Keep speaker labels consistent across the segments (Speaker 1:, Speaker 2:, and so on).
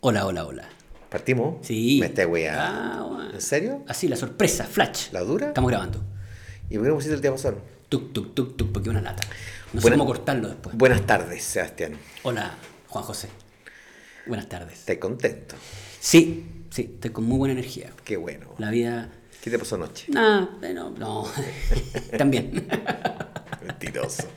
Speaker 1: Hola, hola, hola.
Speaker 2: ¿Partimos?
Speaker 1: Sí.
Speaker 2: Me estáis weando.
Speaker 1: Ah, bueno.
Speaker 2: ¿En serio?
Speaker 1: Así, la sorpresa, flash.
Speaker 2: ¿La dura?
Speaker 1: Estamos grabando.
Speaker 2: ¿Y por qué no pusiste el diapasón?
Speaker 1: Tuk, tuk, tuk, tuk, porque una lata. No sé
Speaker 2: Buena-
Speaker 1: cómo cortarlo después.
Speaker 2: Buenas tardes, Sebastián.
Speaker 1: Hola, Juan José. Buenas tardes.
Speaker 2: ¿Estás contento?
Speaker 1: Sí, sí, estoy con muy buena energía.
Speaker 2: Qué bueno.
Speaker 1: La vida.
Speaker 2: ¿Qué te pasó anoche?
Speaker 1: Nada, no, no. También.
Speaker 2: Mentiroso.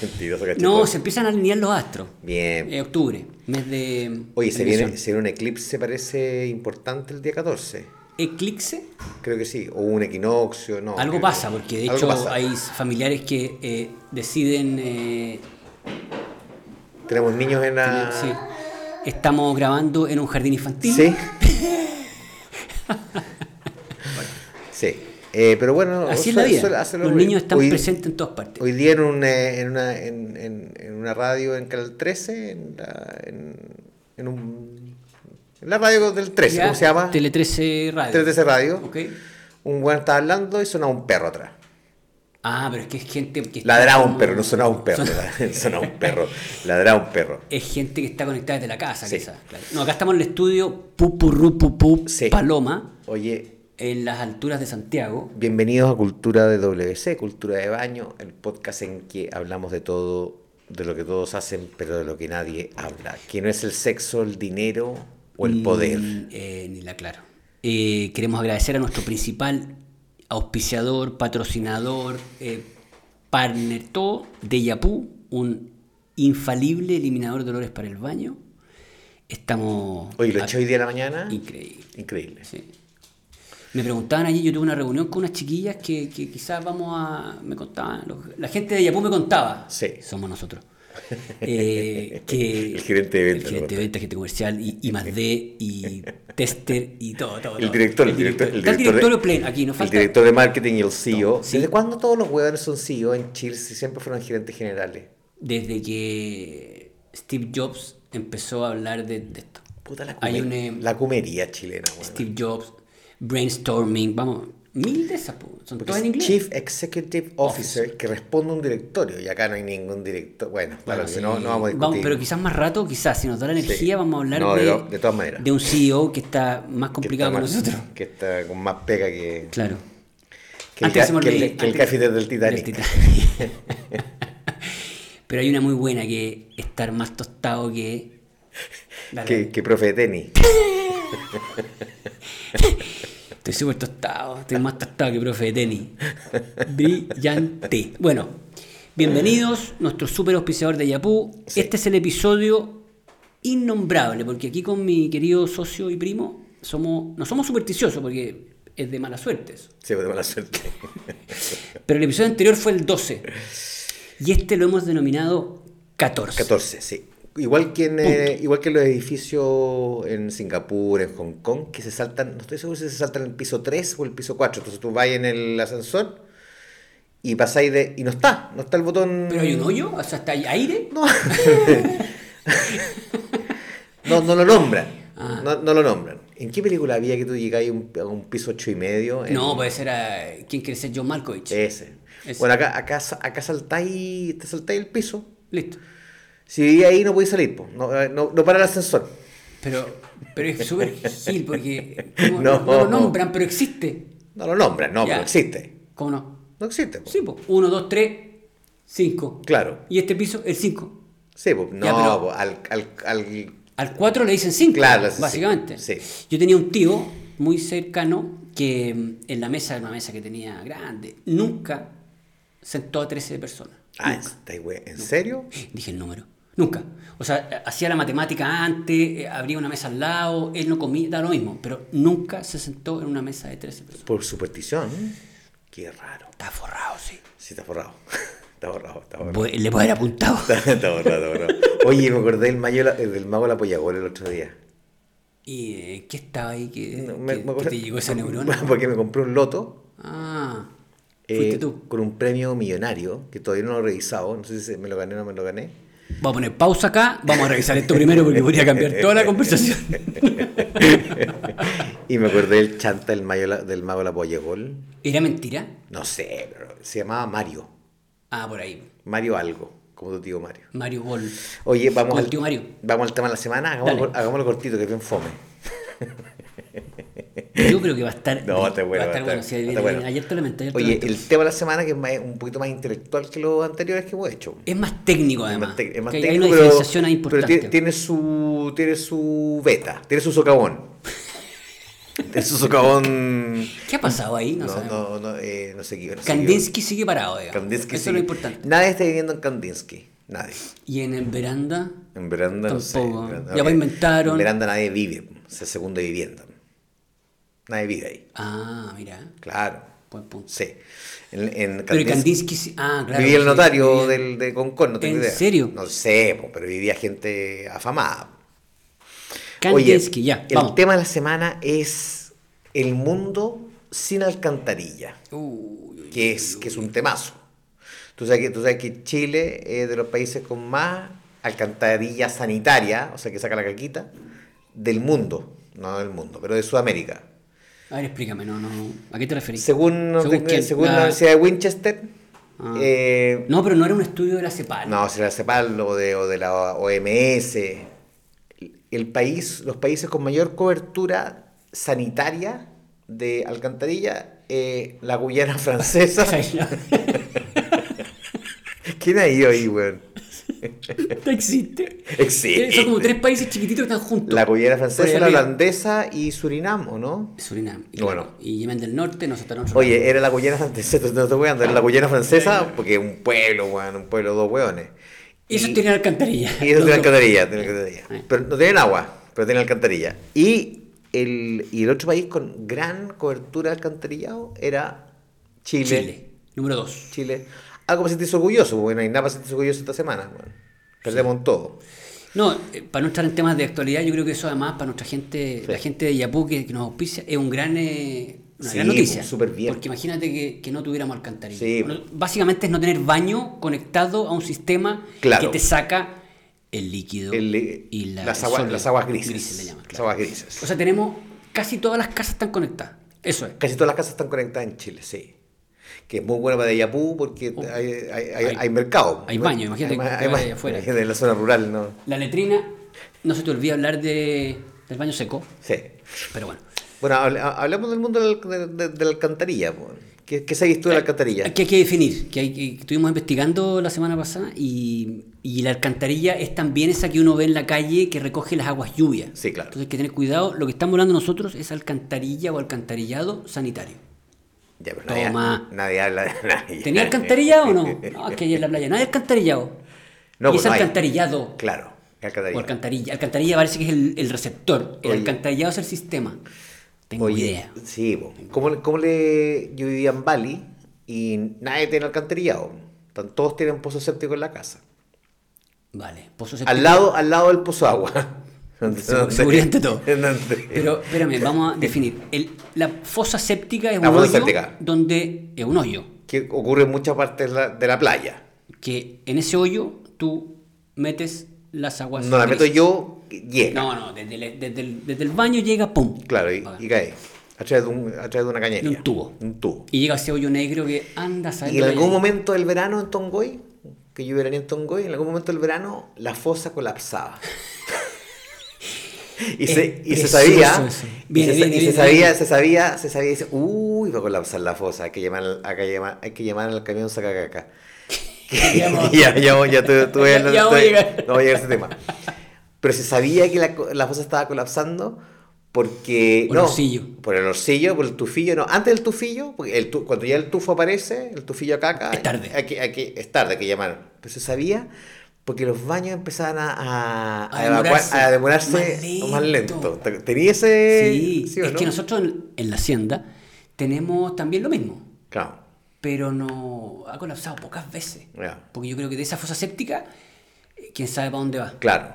Speaker 2: Mentiroso, cachito.
Speaker 1: No, se empiezan a alinear los astros.
Speaker 2: Bien.
Speaker 1: Eh, octubre, mes de.
Speaker 2: Oye, se
Speaker 1: bendición.
Speaker 2: viene, se viene un eclipse, parece importante el día 14.
Speaker 1: Eclipse.
Speaker 2: Creo que sí. O un equinoccio, no.
Speaker 1: Algo
Speaker 2: creo-
Speaker 1: pasa, porque de
Speaker 2: algo
Speaker 1: hecho
Speaker 2: pasa.
Speaker 1: hay familiares que eh, deciden. eh,
Speaker 2: Tenemos niños en la.
Speaker 1: Sí. Estamos grabando en un jardín infantil.
Speaker 2: Ah. Sí. Sí. Eh, pero bueno,
Speaker 1: Así es
Speaker 2: suele-
Speaker 1: la vida.
Speaker 2: suele hacerlo
Speaker 1: Los
Speaker 2: bien.
Speaker 1: niños están
Speaker 2: Hoy-
Speaker 1: presentes en todas partes.
Speaker 2: Hoy día en, un, eh, en, una, en, en- en una radio en Canal 13, en la, en, en un- en la radio del 13,
Speaker 1: Ya,
Speaker 2: ¿cómo se llama?
Speaker 1: Tele 13 Radio.
Speaker 2: Tele 13 Radio.
Speaker 1: Ok.
Speaker 2: Un weón estaba hablando y sonaba un perro atrás.
Speaker 1: Ah, pero es que es gente que. está
Speaker 2: Ladraba un
Speaker 1: como-
Speaker 2: perro, no sonaba un perro.
Speaker 1: Son-
Speaker 2: sonaba un perro. Ladraba un perro.
Speaker 1: Es gente que está conectada desde la casa,
Speaker 2: Sí.
Speaker 1: quizás. claro. No, acá estamos en el estudio Pupurrupupup
Speaker 2: Sí.
Speaker 1: Paloma,
Speaker 2: Oye,
Speaker 1: en las alturas de Santiago.
Speaker 2: bienvenidos a Cultura de WC, Cultura de Baño, el podcast en que hablamos de todo, de lo que todos hacen, pero de lo que nadie habla. Que no es el sexo, el dinero o el poder.
Speaker 1: Mm, eh, ni la claro. Eh, queremos agradecer a nuestro principal auspiciador, patrocinador, eh, partner, todo, de Yapú, un infalible eliminador de dolores para el baño. Estamos
Speaker 2: Oye, lo
Speaker 1: a-
Speaker 2: eché hoy día de la mañana.
Speaker 1: increíble.
Speaker 2: Increíble.
Speaker 1: sí. Me preguntaban allí, yo tuve una reunión con unas chiquillas que, que quizás vamos a... Me contaban, los- la gente de Yapú me contaba.
Speaker 2: Sí.
Speaker 1: Somos nosotros. Eh, que,
Speaker 2: El gerente de ventas,
Speaker 1: El gerente de ventas, gerente comercial y, y más D y tester y todo, todo.
Speaker 2: El
Speaker 1: todo.
Speaker 2: director, el director, el
Speaker 1: Está el
Speaker 2: director de-
Speaker 1: directorio pleno aquí, no
Speaker 2: El
Speaker 1: falta...
Speaker 2: director de marketing y el CEO.
Speaker 1: Sí.
Speaker 2: ¿Desde cuándo todos los huevones son CEO en Chile si siempre fueron gerentes generales?
Speaker 1: Desde que Steve Jobs empezó a hablar de, de esto.
Speaker 2: Puta la,
Speaker 1: Hay
Speaker 2: cume-
Speaker 1: un, eh,
Speaker 2: la cumería chilena, hueón.
Speaker 1: Steve Jobs, brainstorming, vamos, mil de esas, po, son
Speaker 2: Porque
Speaker 1: todas
Speaker 2: es
Speaker 1: en inglés.
Speaker 2: Chief Executive Officer, que responde a un directorio. Y acá no hay ningún director. Bueno, claro,
Speaker 1: Bueno,
Speaker 2: si no,
Speaker 1: sí.
Speaker 2: no vamos a discutir.
Speaker 1: pero quizás más rato, quizás, si nos da la energía,
Speaker 2: Sí.
Speaker 1: vamos a hablar
Speaker 2: No,
Speaker 1: de,
Speaker 2: de lo- de todas maneras.
Speaker 1: de un CEO que está más
Speaker 2: Que
Speaker 1: complicado que,
Speaker 2: está más-
Speaker 1: nosotros.
Speaker 2: Que está con más pega que,
Speaker 1: Claro.
Speaker 2: que el,
Speaker 1: Antes
Speaker 2: ca-
Speaker 1: se me
Speaker 2: que el-
Speaker 1: olvidó-
Speaker 2: que el
Speaker 1: antes-
Speaker 2: café del Titanic.
Speaker 1: Titanic. este pero hay una muy buena que estar más tostado que... Dale.
Speaker 2: que, que profe de tenis.
Speaker 1: Estoy súper tostado, estoy más tostado que profe de tenis. Brillante. Bueno, bienvenidos, nuestro súper auspiciador de Yapú.
Speaker 2: Sí.
Speaker 1: Este es el episodio innombrable, porque aquí con mi querido socio y primo somos, no somos supersticiosos, porque es de mala suerte eso.
Speaker 2: Se me pues, mala suerte.
Speaker 1: Pero el episodio anterior fue el 12, y este lo hemos denominado 14.
Speaker 2: 14, sí. Igual que, en, eh, igual que los edificios en Singapur, en Hong Kong, que se saltan, no estoy seguro si se saltan el piso 3 o el piso 4. Entonces tú vas en el ascensor y pasáis de... Y no está, no está el botón...
Speaker 1: Pero hay un hoyo, o sea, está ahí aire.
Speaker 2: No. no, no lo nombran.
Speaker 1: Ah.
Speaker 2: No, no lo nombran. ¿En qué película había que tú llegáis a un, a un piso 8 y medio? En-
Speaker 1: No, puede ser a... ¿Quién quiere ser John Malkovich?
Speaker 2: Ese.
Speaker 1: Ese.
Speaker 2: Bueno, acá, acá, sa- acá saltáis, te saltáis el piso.
Speaker 1: Listo.
Speaker 2: Si vivís ahí no podéis salir, po. no, eh, no, no para el ascensor.
Speaker 1: Pero, pero es súper gil porque como
Speaker 2: No.
Speaker 1: no. lo nombran, pero existe.
Speaker 2: No lo nombran, no,
Speaker 1: Ya.
Speaker 2: pero existe.
Speaker 1: ¿Cómo no?
Speaker 2: No existe. po.
Speaker 1: Sí, pues. Uno, dos, tres, cinco.
Speaker 2: Claro.
Speaker 1: Y este piso, el cinco.
Speaker 2: Sí, po. no,
Speaker 1: Ya, pero-
Speaker 2: po. Al, al- al-
Speaker 1: Al cuatro le dicen cinco,
Speaker 2: Claro, le dicen
Speaker 1: básicamente.
Speaker 2: cinco, sí.
Speaker 1: Yo tenía un tío muy cercano que mm, en la mesa, en una mesa que tenía grande, nunca sentó a 13 personas.
Speaker 2: Ah, estáis we- ¿En serio?
Speaker 1: Dije el número. Nunca. O sea, hacía la matemática antes, eh, abría una mesa al lado, él no comía, da lo mismo, pero nunca se sentó en una mesa de 13 personas.
Speaker 2: Por superstición. Qué raro.
Speaker 1: Está forrado, sí.
Speaker 2: Sí, está borrado. Está borrado, está borrado.
Speaker 1: Bu- Pues, Le puede haber apuntado.
Speaker 2: Está- está borrado, está borrado. Oye, me acordé del, mayo, la- del mago la pollagol el otro día.
Speaker 1: ¿Y eh, qué estaba ahí que,
Speaker 2: No, me-
Speaker 1: que-
Speaker 2: me
Speaker 1: que
Speaker 2: acordé-
Speaker 1: te llegó esa neurona?
Speaker 2: Porque me compré un loto
Speaker 1: Ah,
Speaker 2: eh,
Speaker 1: fuiste tú.
Speaker 2: con un premio millonario que todavía no lo he revisado. No sé si se- me lo gané o no me lo gané.
Speaker 1: Vamos a poner pausa acá, vamos a revisar esto primero porque podría cambiar toda la conversación.
Speaker 2: Y me acordé del chanta del, mayo, la- del mago la pollagol.
Speaker 1: ¿Era mentira?
Speaker 2: No sé, pero se llamaba Mario.
Speaker 1: Ah, por ahí.
Speaker 2: Mario algo. como tu tío Mario.
Speaker 1: Mario Gol.
Speaker 2: Oye, vamos
Speaker 1: Como el
Speaker 2: al,
Speaker 1: tío Mario.
Speaker 2: vamos al tema de la semana, hagámoslo,
Speaker 1: Dale.
Speaker 2: hagámoslo cortito, que es bien fome.
Speaker 1: Yo creo que va a estar.
Speaker 2: No, está bueno,
Speaker 1: Va a estar
Speaker 2: está-
Speaker 1: bueno. sí,
Speaker 2: está
Speaker 1: viene-
Speaker 2: bueno.
Speaker 1: Ayer te lo menté, ayer te lo
Speaker 2: Oye,
Speaker 1: menté.
Speaker 2: el tema de la semana que es más- un poquito más intelectual que los anteriores que hemos hecho.
Speaker 1: Es más técnico,
Speaker 2: Es
Speaker 1: además.
Speaker 2: más, tec- es más
Speaker 1: que
Speaker 2: técnico,
Speaker 1: hay una
Speaker 2: pero-
Speaker 1: diferenciación ahí
Speaker 2: pero
Speaker 1: importante.
Speaker 2: tie- tiene su tiene su beta, tiene su socavón. tiene su socavón.
Speaker 1: ¿Qué ha pasado ahí? No,
Speaker 2: No,
Speaker 1: sabemos.
Speaker 2: no, no, eh, no sé qué. No sé qué-
Speaker 1: Kandinsky sigue parado, digamos.
Speaker 2: Kandinsky
Speaker 1: Eso
Speaker 2: sí.
Speaker 1: es lo importante.
Speaker 2: Nadie está viviendo en Kandinsky. Nadie.
Speaker 1: Y en el veranda,
Speaker 2: En veranda no sé.
Speaker 1: Tampoco.
Speaker 2: en veranda-
Speaker 1: Ya
Speaker 2: ok.
Speaker 1: pues inventaron-
Speaker 2: En veranda nadie vive. Es la segunda vivienda. Nadie vive ahí.
Speaker 1: ah, mira,
Speaker 2: Claro.
Speaker 1: buen punto.
Speaker 2: Sí. En, en
Speaker 1: Pero
Speaker 2: Kandinsky-
Speaker 1: Kandinsky, sí- ah, claro.
Speaker 2: vivía el
Speaker 1: sí,
Speaker 2: notario
Speaker 1: vivía-
Speaker 2: del, de Concón, no tengo
Speaker 1: ¿En
Speaker 2: idea.
Speaker 1: serio?
Speaker 2: No sé, po, pero vivía gente afamada.
Speaker 1: Kandinsky,
Speaker 2: Oye,
Speaker 1: ya,
Speaker 2: El
Speaker 1: vamos.
Speaker 2: tema de la semana es el mundo sin alcantarilla,
Speaker 1: Uy, uy,
Speaker 2: que es, que es un temazo. Tú sabes que, tú sabes que Chile es de los países con más alcantarilla sanitaria, o sea, que saca la caquita, del mundo, no del mundo, pero de Sudamérica.
Speaker 1: a ver, explícame, no, no, ¿a qué te referís?
Speaker 2: Según, no tengo-
Speaker 1: quién?
Speaker 2: según la
Speaker 1: La-
Speaker 2: Universidad de Winchester,
Speaker 1: Ah.
Speaker 2: eh,
Speaker 1: No, pero no era un estudio de la CEPAL.
Speaker 2: No, si la CEPAL o de, o de la OMS. El país, los países con mayor cobertura sanitaria de alcantarilla, eh, la Guyana
Speaker 1: O
Speaker 2: francesa.
Speaker 1: sea, ya-
Speaker 2: ¿Quién ha ido ahí, weón?
Speaker 1: no existe.
Speaker 2: Existe.
Speaker 1: Eh, Son como tres países chiquititos que están juntos.
Speaker 2: La Guyana francesa,
Speaker 1: Corea
Speaker 2: la
Speaker 1: arriba.
Speaker 2: holandesa y Surinam, ¿o no?
Speaker 1: Surinam. Y,
Speaker 2: Bueno.
Speaker 1: y Yemen del Norte, nosotros no.
Speaker 2: Oye, era la Guyana francesa, no te voy a andar, era la Guyana francesa, porque es un pueblo, weón, un pueblo, dos weones.
Speaker 1: Y eso tiene alcantarilla.
Speaker 2: Y eso
Speaker 1: No,
Speaker 2: tiene
Speaker 1: no.
Speaker 2: alcantarilla, tiene alcantarilla.
Speaker 1: Sí.
Speaker 2: Pero no tienen agua, pero tienen alcantarilla. Y el, y el otro país con gran cobertura de alcantarillado era Chile. Chile.
Speaker 1: Chile, número dos.
Speaker 2: Algo me sentís orgulloso, porque no hay nada para sentirse orgulloso esta semana. weón. Perdemos en todo.
Speaker 1: No, eh, para no estar en temas de actualidad, yo creo que eso además para nuestra gente, la gente de Yapú que, que nos auspicia, es un gran, eh, una
Speaker 2: Sí,
Speaker 1: gran noticia.
Speaker 2: pues, súper bien.
Speaker 1: Porque imagínate que, que no tuviéramos alcantarilla.
Speaker 2: Sí. pues.
Speaker 1: Bueno, básicamente es no tener baño conectado a un sistema
Speaker 2: Claro.
Speaker 1: que te saca el líquido
Speaker 2: El- eh,
Speaker 1: y la-
Speaker 2: las,
Speaker 1: el
Speaker 2: aguas,
Speaker 1: sólido.
Speaker 2: las aguas grises.
Speaker 1: Grises le llaman,
Speaker 2: Las
Speaker 1: claro.
Speaker 2: aguas grises.
Speaker 1: O sea, tenemos casi todas las casas están conectadas. Eso es.
Speaker 2: Casi todas las casas están conectadas en Chile, sí. Que es muy buena para Yapú porque hay, hay, hay,
Speaker 1: Oh. Hay-
Speaker 2: hay mercado.
Speaker 1: hay baño, imagínate
Speaker 2: Hay ma-
Speaker 1: que
Speaker 2: hay
Speaker 1: te vayas
Speaker 2: ma-
Speaker 1: afuera.
Speaker 2: imagínate En la zona rural, ¿no?
Speaker 1: La letrina, no se te olvide hablar de, del baño seco,
Speaker 2: Sí.
Speaker 1: pero bueno.
Speaker 2: Bueno, hable- ha- hablemos del mundo del- de, de- de la alcantarilla. po. ¿Qué, qué seguís tú de la alcantarilla?
Speaker 1: Eh, Que hay que definir, que, hay, que estuvimos investigando la semana pasada y, y la alcantarilla es también esa que uno ve en la calle que recoge las aguas lluvias.
Speaker 2: Sí, claro.
Speaker 1: Entonces hay que tener cuidado, lo que estamos hablando nosotros es alcantarilla o alcantarillado sanitario.
Speaker 2: Ya, pero nadie,
Speaker 1: Toma.
Speaker 2: nadie habla de nadie.
Speaker 1: ¿Tenía alcantarillado o no? No, es que ahí en la playa no hay alcantarillado.
Speaker 2: No,
Speaker 1: y
Speaker 2: pues
Speaker 1: es
Speaker 2: no hay.
Speaker 1: alcantarillado
Speaker 2: Claro,
Speaker 1: o
Speaker 2: alcantarilla.
Speaker 1: alcantarilla. Alcantarilla parece que es el, el receptor, el
Speaker 2: Oye.
Speaker 1: alcantarillado es el sistema. Tengo
Speaker 2: Oye,
Speaker 1: idea.
Speaker 2: Sí, po. ¿Cómo, le- cómo le, yo vivía en Bali y nadie tiene alcantarillado. Tan- Todos tienen pozo séptico en la casa.
Speaker 1: Vale, pues pozo séptico.
Speaker 2: Al lado, al lado del pozo agua.
Speaker 1: seguridad ante todo.
Speaker 2: Donde-
Speaker 1: Pero espérame, Eh, vamos a definir. El- la fosa séptica es
Speaker 2: eh, La
Speaker 1: un
Speaker 2: fosa
Speaker 1: hoyo
Speaker 2: séptica.
Speaker 1: donde es un hoyo
Speaker 2: que ocurre en muchas partes de la, de la playa.
Speaker 1: que en ese hoyo tú metes las aguas.
Speaker 2: No la meto
Speaker 1: grises.
Speaker 2: yo, llega.
Speaker 1: No, no, desde el, desde el- desde el baño llega pum.
Speaker 2: Claro, y,
Speaker 1: Acá.
Speaker 2: y cae. A través de, un, a través de una cañería.
Speaker 1: De un tubo.
Speaker 2: Un tubo.
Speaker 1: Y llega ese hoyo negro que anda a saber
Speaker 2: Y en
Speaker 1: dónde
Speaker 2: algún
Speaker 1: llega.
Speaker 2: momento del verano en Tongoy, que yo veranía en Tongoy, en algún momento del verano la fosa colapsaba. y, se, y
Speaker 1: Es
Speaker 2: se
Speaker 1: precioso
Speaker 2: sabía,
Speaker 1: eso.
Speaker 2: y
Speaker 1: Viene,
Speaker 2: se-
Speaker 1: viene,
Speaker 2: y se
Speaker 1: viene,
Speaker 2: sabía,
Speaker 1: viene.
Speaker 2: se sabía, se sabía, y dice, uy, va a colapsar la fosa, hay que llamar, al- hay que llamar, hay que llamar al camión sacacaca.
Speaker 1: Ya vamos.
Speaker 2: ya, ya, voy- ya, tuve- tuve-
Speaker 1: Ya-
Speaker 2: no-
Speaker 1: ya voy a
Speaker 2: tuve-
Speaker 1: llegar.
Speaker 2: no voy a llegar a ese tema. Pero se sabía que la, co- la fosa estaba colapsando porque...
Speaker 1: Por
Speaker 2: no,
Speaker 1: orcillo.
Speaker 2: Por el orcillo, por el tufillo, no. Antes del tufillo, porque el tu- cuando ya el tufo aparece, el tufillo acá, acá...
Speaker 1: Es tarde.
Speaker 2: Hay que, hay que- es tarde, hay que llamar. Pero se sabía porque los baños empezaban a, a,
Speaker 1: A
Speaker 2: a evacuar-
Speaker 1: demorarse.
Speaker 2: a demorarse
Speaker 1: Más
Speaker 2: más
Speaker 1: lento.
Speaker 2: lento. Te- Tenía ese...
Speaker 1: Sí,
Speaker 2: o
Speaker 1: es
Speaker 2: no?
Speaker 1: que nosotros en, en la hacienda tenemos también lo mismo,
Speaker 2: Claro.
Speaker 1: pero no ha colapsado pocas veces.
Speaker 2: Ya.
Speaker 1: Porque yo creo que de esa fosa séptica, eh, quién sabe para dónde va.
Speaker 2: Claro.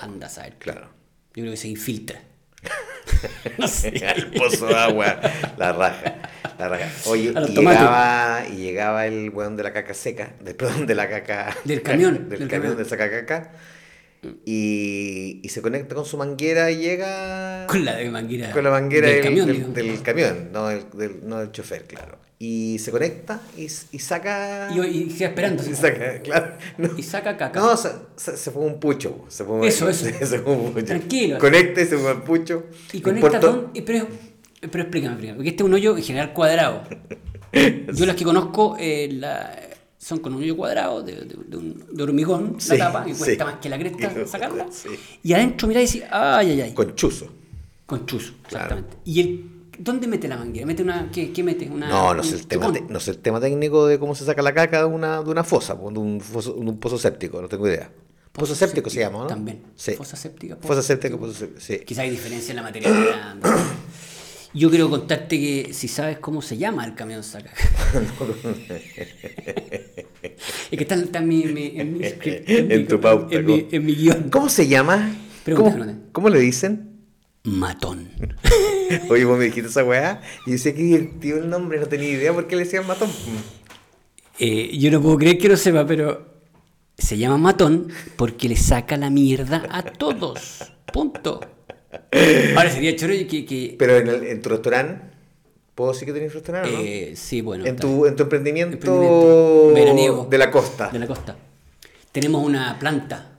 Speaker 1: Anda a saber.
Speaker 2: Claro.
Speaker 1: Yo creo que se infiltra. no sé.
Speaker 2: El pozo de agua, la raja, la raja. Oye,
Speaker 1: A los
Speaker 2: y
Speaker 1: tomates.
Speaker 2: llegaba, y llegaba el weón de la caca seca, de, perdón, de la caca...
Speaker 1: Del camión,
Speaker 2: Del,
Speaker 1: del
Speaker 2: camión
Speaker 1: camión.
Speaker 2: de saca caca, Y, y se conecta con su manguera y llega
Speaker 1: Con la de manguera.
Speaker 2: con la manguera
Speaker 1: del
Speaker 2: del,
Speaker 1: camión,
Speaker 2: del-
Speaker 1: digamos.
Speaker 2: del camión, no del, del- no del chofer, claro. Y se conecta y, s- y saca...
Speaker 1: Y, y sigue esperando.
Speaker 2: y saca, claro. no.
Speaker 1: Y saca caca.
Speaker 2: No, se, se, se fue un pucho. Se fue un-
Speaker 1: Eso, eso.
Speaker 2: se fue un pucho.
Speaker 1: Tranquilo.
Speaker 2: Conecta y se fue un pucho.
Speaker 1: y
Speaker 2: No
Speaker 1: conecta
Speaker 2: importó.
Speaker 1: con. y- Pero, pero explícame, explícame, Porque este es un hoyo en general cuadrado. Yo las que conozco eh, la- son con un hoyo cuadrado de, de- de un- de hormigón,
Speaker 2: Sí,
Speaker 1: la tapa, y cuesta
Speaker 2: sí.
Speaker 1: más que la cresta sacarla.
Speaker 2: Sí.
Speaker 1: Y adentro mirá y decís, ay, ay, ay.
Speaker 2: Con chuzo.
Speaker 1: Con chuzo,
Speaker 2: Claro.
Speaker 1: exactamente. ¿Y el, dónde mete la manguera? ¿Mete una, qué, qué mete? Una,
Speaker 2: No, no
Speaker 1: un
Speaker 2: sé, el tema
Speaker 1: chupón?
Speaker 2: te- no sé el tema técnico de cómo se saca la caca de una, de una fosa, de un, foso- de un pozo séptico, no tengo idea. Pozo, séptico, se llama, ¿no?
Speaker 1: También.
Speaker 2: Sí.
Speaker 1: Fosa séptica. pozo.
Speaker 2: Fosa séptica, pozo séptico, sí.
Speaker 1: Quizá hay diferencia en la materia. grande. Yo quiero contarte que si sabes cómo se llama el camión saca. es que está, está en mi, mi- en mi script.
Speaker 2: En
Speaker 1: mi-
Speaker 2: tu pauta,
Speaker 1: En mi,
Speaker 2: ¿cómo?
Speaker 1: en mi guión.
Speaker 2: ¿Cómo se llama?
Speaker 1: Pregunta,
Speaker 2: ¿Cómo,
Speaker 1: pregunta.
Speaker 2: cómo le dicen?
Speaker 1: Matón.
Speaker 2: Oye, vos me dijiste esa weá y yo sé que divertido el nombre, no tenía idea por qué le decían matón.
Speaker 1: Eh, yo no puedo creer que lo sepa, pero se llama matón porque le saca la mierda a todos. Punto. Ahora sería choro que... que
Speaker 2: Pero en, el- en tu restaurante, ¿puedo decir que tenés restaurante? o no?
Speaker 1: eh, sí, bueno.
Speaker 2: en,
Speaker 1: está
Speaker 2: tu, en tu emprendimiento,
Speaker 1: Emprendimiento veraniego.
Speaker 2: de la costa.
Speaker 1: De la costa. Tenemos una planta.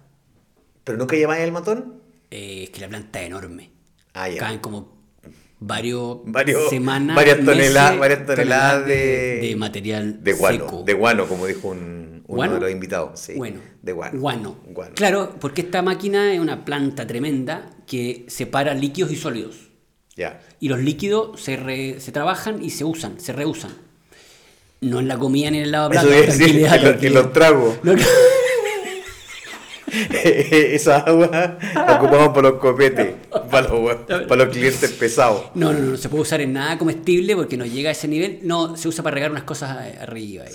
Speaker 2: ¿Pero nunca llamáis al matón?
Speaker 1: eh, es que la planta es enorme.
Speaker 2: Ah, ya.
Speaker 1: Caen como varios,
Speaker 2: Varios-
Speaker 1: semanas,
Speaker 2: varias
Speaker 1: meses,
Speaker 2: toneladas- varias toneladas de-
Speaker 1: de material
Speaker 2: De guano,
Speaker 1: seco.
Speaker 2: de guano, como dijo un, uno
Speaker 1: ¿Guano?
Speaker 2: de los invitados. Sí,
Speaker 1: Bueno,
Speaker 2: de guano.
Speaker 1: guano.
Speaker 2: Guano.
Speaker 1: Claro, porque esta máquina es una planta tremenda que separa líquidos y sólidos.
Speaker 2: Ya.
Speaker 1: Y los líquidos se, re- se trabajan y se usan, se reusan. No en la comida ni en el lado de
Speaker 2: Eso
Speaker 1: platos,
Speaker 2: iba a decir,
Speaker 1: tranquilidad,
Speaker 2: que lo- que los
Speaker 1: tranquilidad.
Speaker 2: tragos,
Speaker 1: No, no.
Speaker 2: esa agua la ocupamos para los copetes, para los, para los clientes pesados.
Speaker 1: No, no, no, no se puede usar en nada comestible porque no llega a ese nivel. No, se usa para regar unas cosas a- arriba. ahí.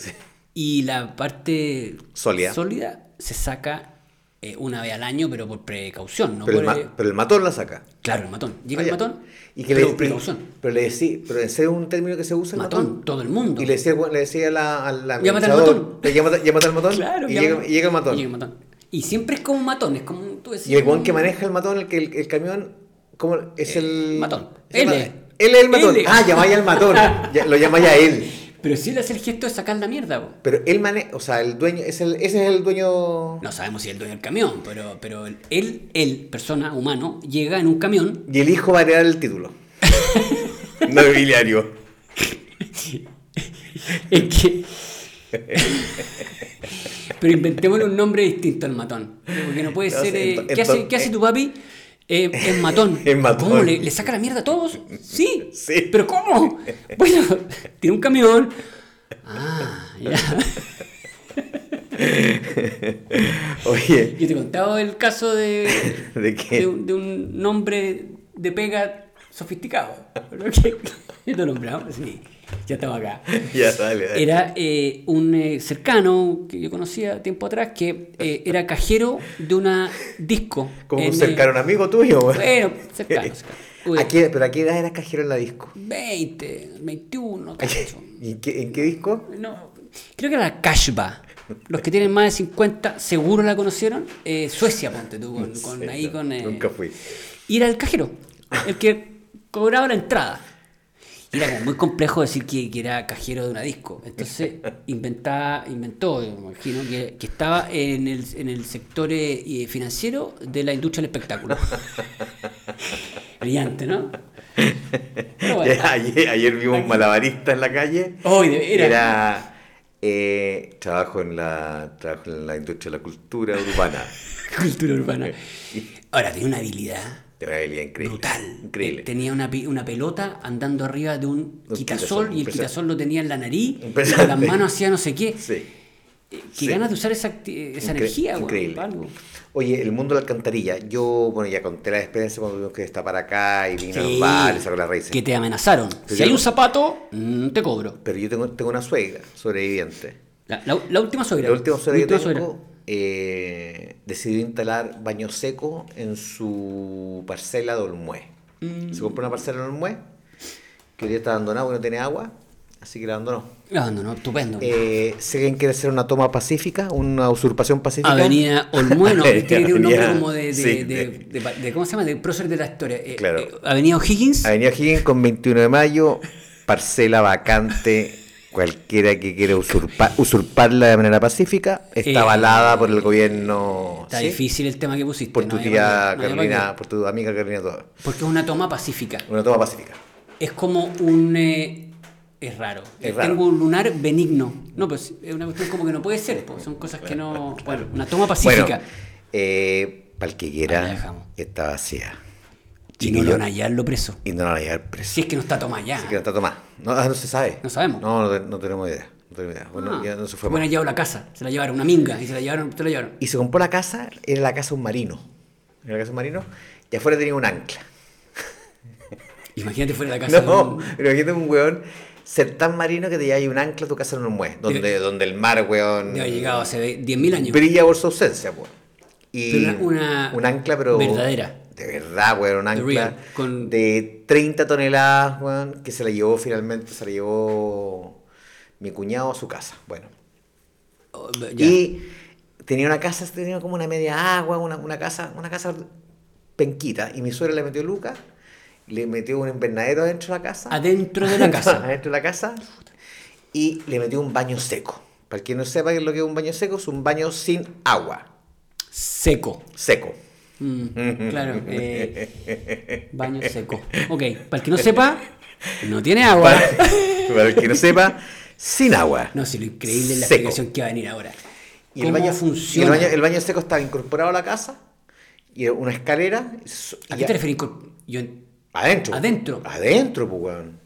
Speaker 1: Y la parte
Speaker 2: Sólida.
Speaker 1: sólida se saca eh, una vez al año, pero por precaución, ¿no?
Speaker 2: Pero el,
Speaker 1: por,
Speaker 2: ma-
Speaker 1: eh,
Speaker 2: pero el matón la saca.
Speaker 1: claro, el matón. Llega
Speaker 2: Ah,
Speaker 1: el
Speaker 2: ya.
Speaker 1: matón,
Speaker 2: Y que le,
Speaker 1: pero
Speaker 2: y-
Speaker 1: por precaución.
Speaker 2: pero le decí- pero en serio es un término que se usa el
Speaker 1: Matón,
Speaker 2: matón.
Speaker 1: todo el mundo.
Speaker 2: Y le decía, le decía a la, al al
Speaker 1: Llámate al
Speaker 2: administrador,
Speaker 1: matón.
Speaker 2: le llámate- llámate al matón.
Speaker 1: Claro,
Speaker 2: y,
Speaker 1: ya-
Speaker 2: llega, y llega el matón.
Speaker 1: y llega el matón. Y siempre es como un matón, es como un- tú decís,
Speaker 2: Y el guan que
Speaker 1: un-
Speaker 2: maneja el matón, el, que- el, el camión, ¿cómo? Es el.
Speaker 1: Eh, matón.
Speaker 2: es el
Speaker 1: L.
Speaker 2: matón. Él es el matón.
Speaker 1: L.
Speaker 2: Ah, llamáis al matón. Ya- lo llamáis a él.
Speaker 1: Pero si él hace el gesto de sacar la mierda, po.
Speaker 2: Pero él maneja. O sea, el dueño. Es el, ese es el dueño.
Speaker 1: No sabemos si es el dueño del camión, pero, pero él, él, persona, humano, llega en un camión
Speaker 2: Y el hijo va a heredar el título. Nobiliario.
Speaker 1: Es que. Pero inventémosle un nombre distinto al matón. Porque no puede
Speaker 2: No
Speaker 1: ser.
Speaker 2: sé,
Speaker 1: eh,
Speaker 2: ento-
Speaker 1: ¿qué, hace,
Speaker 2: ento-
Speaker 1: qué hace tu papi? Eh, es matón.
Speaker 2: Es matón.
Speaker 1: ¿Cómo? ¿Le, le saca la mierda a todos? Sí.
Speaker 2: Sí.
Speaker 1: ¿Pero cómo? Bueno, tiene un camión. Ah, ya.
Speaker 2: Oye,
Speaker 1: Yo te he contado el caso de,
Speaker 2: ¿de
Speaker 1: de,
Speaker 2: qué?
Speaker 1: un, de un nombre de pega sofisticado. Pero que- que lo nombramos, sí. Ya estamos acá.
Speaker 2: Ya, dale, dale.
Speaker 1: Era eh, un eh, cercano que yo conocía tiempo atrás que eh, era cajero de una disco.
Speaker 2: Como
Speaker 1: en,
Speaker 2: un
Speaker 1: eh,
Speaker 2: cercano amigo tuyo, güey.
Speaker 1: Bueno, cercano. cercano. Uy,
Speaker 2: ¿A qué- ¿Pero a qué edad eras cajero en la disco?
Speaker 1: 20, 21,
Speaker 2: ¿A qué-
Speaker 1: cacho.
Speaker 2: ¿Y qué- en qué disco?
Speaker 1: No, creo que era la Cashba. Los que tienen más de 50 seguro la conocieron. Eh, Suecia, ponte tú, con, con
Speaker 2: Sí,
Speaker 1: ahí
Speaker 2: no,
Speaker 1: con... eh,
Speaker 2: Nunca fui.
Speaker 1: y era el cajero, el que cobraba la entrada. Y era como muy complejo decir que, que era cajero de una disco. Entonces inventaba, inventó, yo me imagino, que, que estaba en el, en el sector eh, financiero de la industria del espectáculo. Brillante, ¿no? Pero bueno,
Speaker 2: ayer, ayer vimos un malabarista en la calle.
Speaker 1: Hoy, de veras.
Speaker 2: Era, eh, trabajo, en la, trabajo en la industria de la cultura urbana.
Speaker 1: cultura urbana. Ahora, tiene una habilidad
Speaker 2: De una habilidad increíble.
Speaker 1: brutal.
Speaker 2: Increíble.
Speaker 1: Eh, Tenía una, pi- una pelota andando arriba de un quitasol
Speaker 2: Un quitasol,
Speaker 1: y el
Speaker 2: impresionante.
Speaker 1: quitasol lo tenía en la nariz, y con las
Speaker 2: Impresionante.
Speaker 1: manos hacía no sé qué.
Speaker 2: Sí.
Speaker 1: Eh, Qué
Speaker 2: Sí.
Speaker 1: ganas de usar esa, acti- esa
Speaker 2: Incre-
Speaker 1: energía, weón,
Speaker 2: increíble.
Speaker 1: para algo.
Speaker 2: Oye, el mundo de la alcantarilla. Yo, bueno, ya conté la experiencia cuando tuvimos que destapar acá y vino
Speaker 1: Sí,
Speaker 2: al bar y sacó las raíces.
Speaker 1: Que te amenazaron. si
Speaker 2: ya
Speaker 1: hay
Speaker 2: no-
Speaker 1: un zapato, mm, te cobro.
Speaker 2: Pero yo tengo, tengo una suegra sobreviviente.
Speaker 1: La, la- la última suegra.
Speaker 2: La última suegra que
Speaker 1: última
Speaker 2: tengo eh, decidió instalar baño seco en su
Speaker 1: Mm.
Speaker 2: parcela de Olmué. Se compró una parcela de Olmué que hoy día está abandonada porque no tiene agua Así que la abandonó.
Speaker 1: La abandonó, Ah, estupendo.
Speaker 2: Eh, si alguien quiere hacer una toma pacífica, una usurpación pacífica.
Speaker 1: Ah, Avenida Olmueno, que tiene un nombre
Speaker 2: Avenida-
Speaker 1: como de, de,
Speaker 2: sí,
Speaker 1: de- de- de- ¿Cómo se llama? De prócer de la historia. Eh,
Speaker 2: Claro.
Speaker 1: eh, Avenida O'Higgins.
Speaker 2: Avenida Higgins con 21 de mayo, parcela vacante. Cualquiera que quiera usurpa- usurparla de manera pacífica
Speaker 1: Eh,
Speaker 2: está avalada por el gobierno.
Speaker 1: Está
Speaker 2: ¿sí?
Speaker 1: difícil el tema que pusiste.
Speaker 2: Por
Speaker 1: no
Speaker 2: tu
Speaker 1: hay
Speaker 2: tía
Speaker 1: manera- no hay
Speaker 2: Carolina,
Speaker 1: manera.
Speaker 2: por tu amiga Carolina Toda.
Speaker 1: Porque es una toma pacífica.
Speaker 2: Una toma pacífica.
Speaker 1: Es como un... eh, es raro.
Speaker 2: Es raro.
Speaker 1: Tengo un lunar benigno. No, pues es una cuestión como que no puede ser. po. Son cosas que no... Bueno, una toma pacífica.
Speaker 2: Bueno, eh, para el que
Speaker 1: Ahí la
Speaker 2: quiera,
Speaker 1: dejamos.
Speaker 2: está vacía.
Speaker 1: y no
Speaker 2: chiquillo.
Speaker 1: lo van a hallarlo preso.
Speaker 2: Y no la va a llevar preso.
Speaker 1: Si es que no está toma ya.
Speaker 2: Que no está tomada. No, ah, no se sabe.
Speaker 1: No sabemos.
Speaker 2: No, no, te- no tenemos idea. No tenemos idea. Bueno,
Speaker 1: Ah.
Speaker 2: ya no se fue
Speaker 1: Bueno,
Speaker 2: más.
Speaker 1: han llevado la casa. Se la llevaron una minga y se la llevaron... Te la llevaron.
Speaker 2: Y se compró la casa, era la casa de un marino. Era la casa de un marino. Y afuera tenía un ancla.
Speaker 1: Imagínate fuera de la casa.
Speaker 2: No,
Speaker 1: de un-
Speaker 2: pero aquí tengo un weón ser tan marino que te lleva un ancla a tu casa en un muelle. Donde, donde el mar, weón.
Speaker 1: Debe haber llegado hace 10.000 años.
Speaker 2: Brilla por su ausencia, pues. Y
Speaker 1: Pero una- una
Speaker 2: un ancla, pero.
Speaker 1: verdadera.
Speaker 2: De verdad, weón, un ancla.
Speaker 1: real, con-
Speaker 2: De 30 toneladas, weón, que se la llevó finalmente, se la llevó mi cuñado a su casa. Bueno.
Speaker 1: Oh, ya.
Speaker 2: Y tenía una casa, tenía como una media agua, una, una casa, una casa penquita. Y mi suegra le metió lucas, le metió un invernadero dentro de la casa.
Speaker 1: Adentro de la casa.
Speaker 2: Adentro de la casa. Y le metió un baño seco. Para quien no sepa qué es lo que es un baño seco, es un baño sin agua.
Speaker 1: Seco.
Speaker 2: Seco.
Speaker 1: Mm, claro. eh, baño seco. Ok, para el que no sepa, no tiene agua.
Speaker 2: Para, para el que no sepa, sin agua.
Speaker 1: No, si lo increíble es la
Speaker 2: Seco.
Speaker 1: explicación que va a venir ahora.
Speaker 2: Y
Speaker 1: ¿Cómo
Speaker 2: el baño,
Speaker 1: funciona?
Speaker 2: y el baño, el baño seco estaba incorporado a la casa. Y era una escalera. y-
Speaker 1: ¿A qué te referís? con- Yo...
Speaker 2: Adentro.
Speaker 1: Adentro.
Speaker 2: Adentro, pues, weón.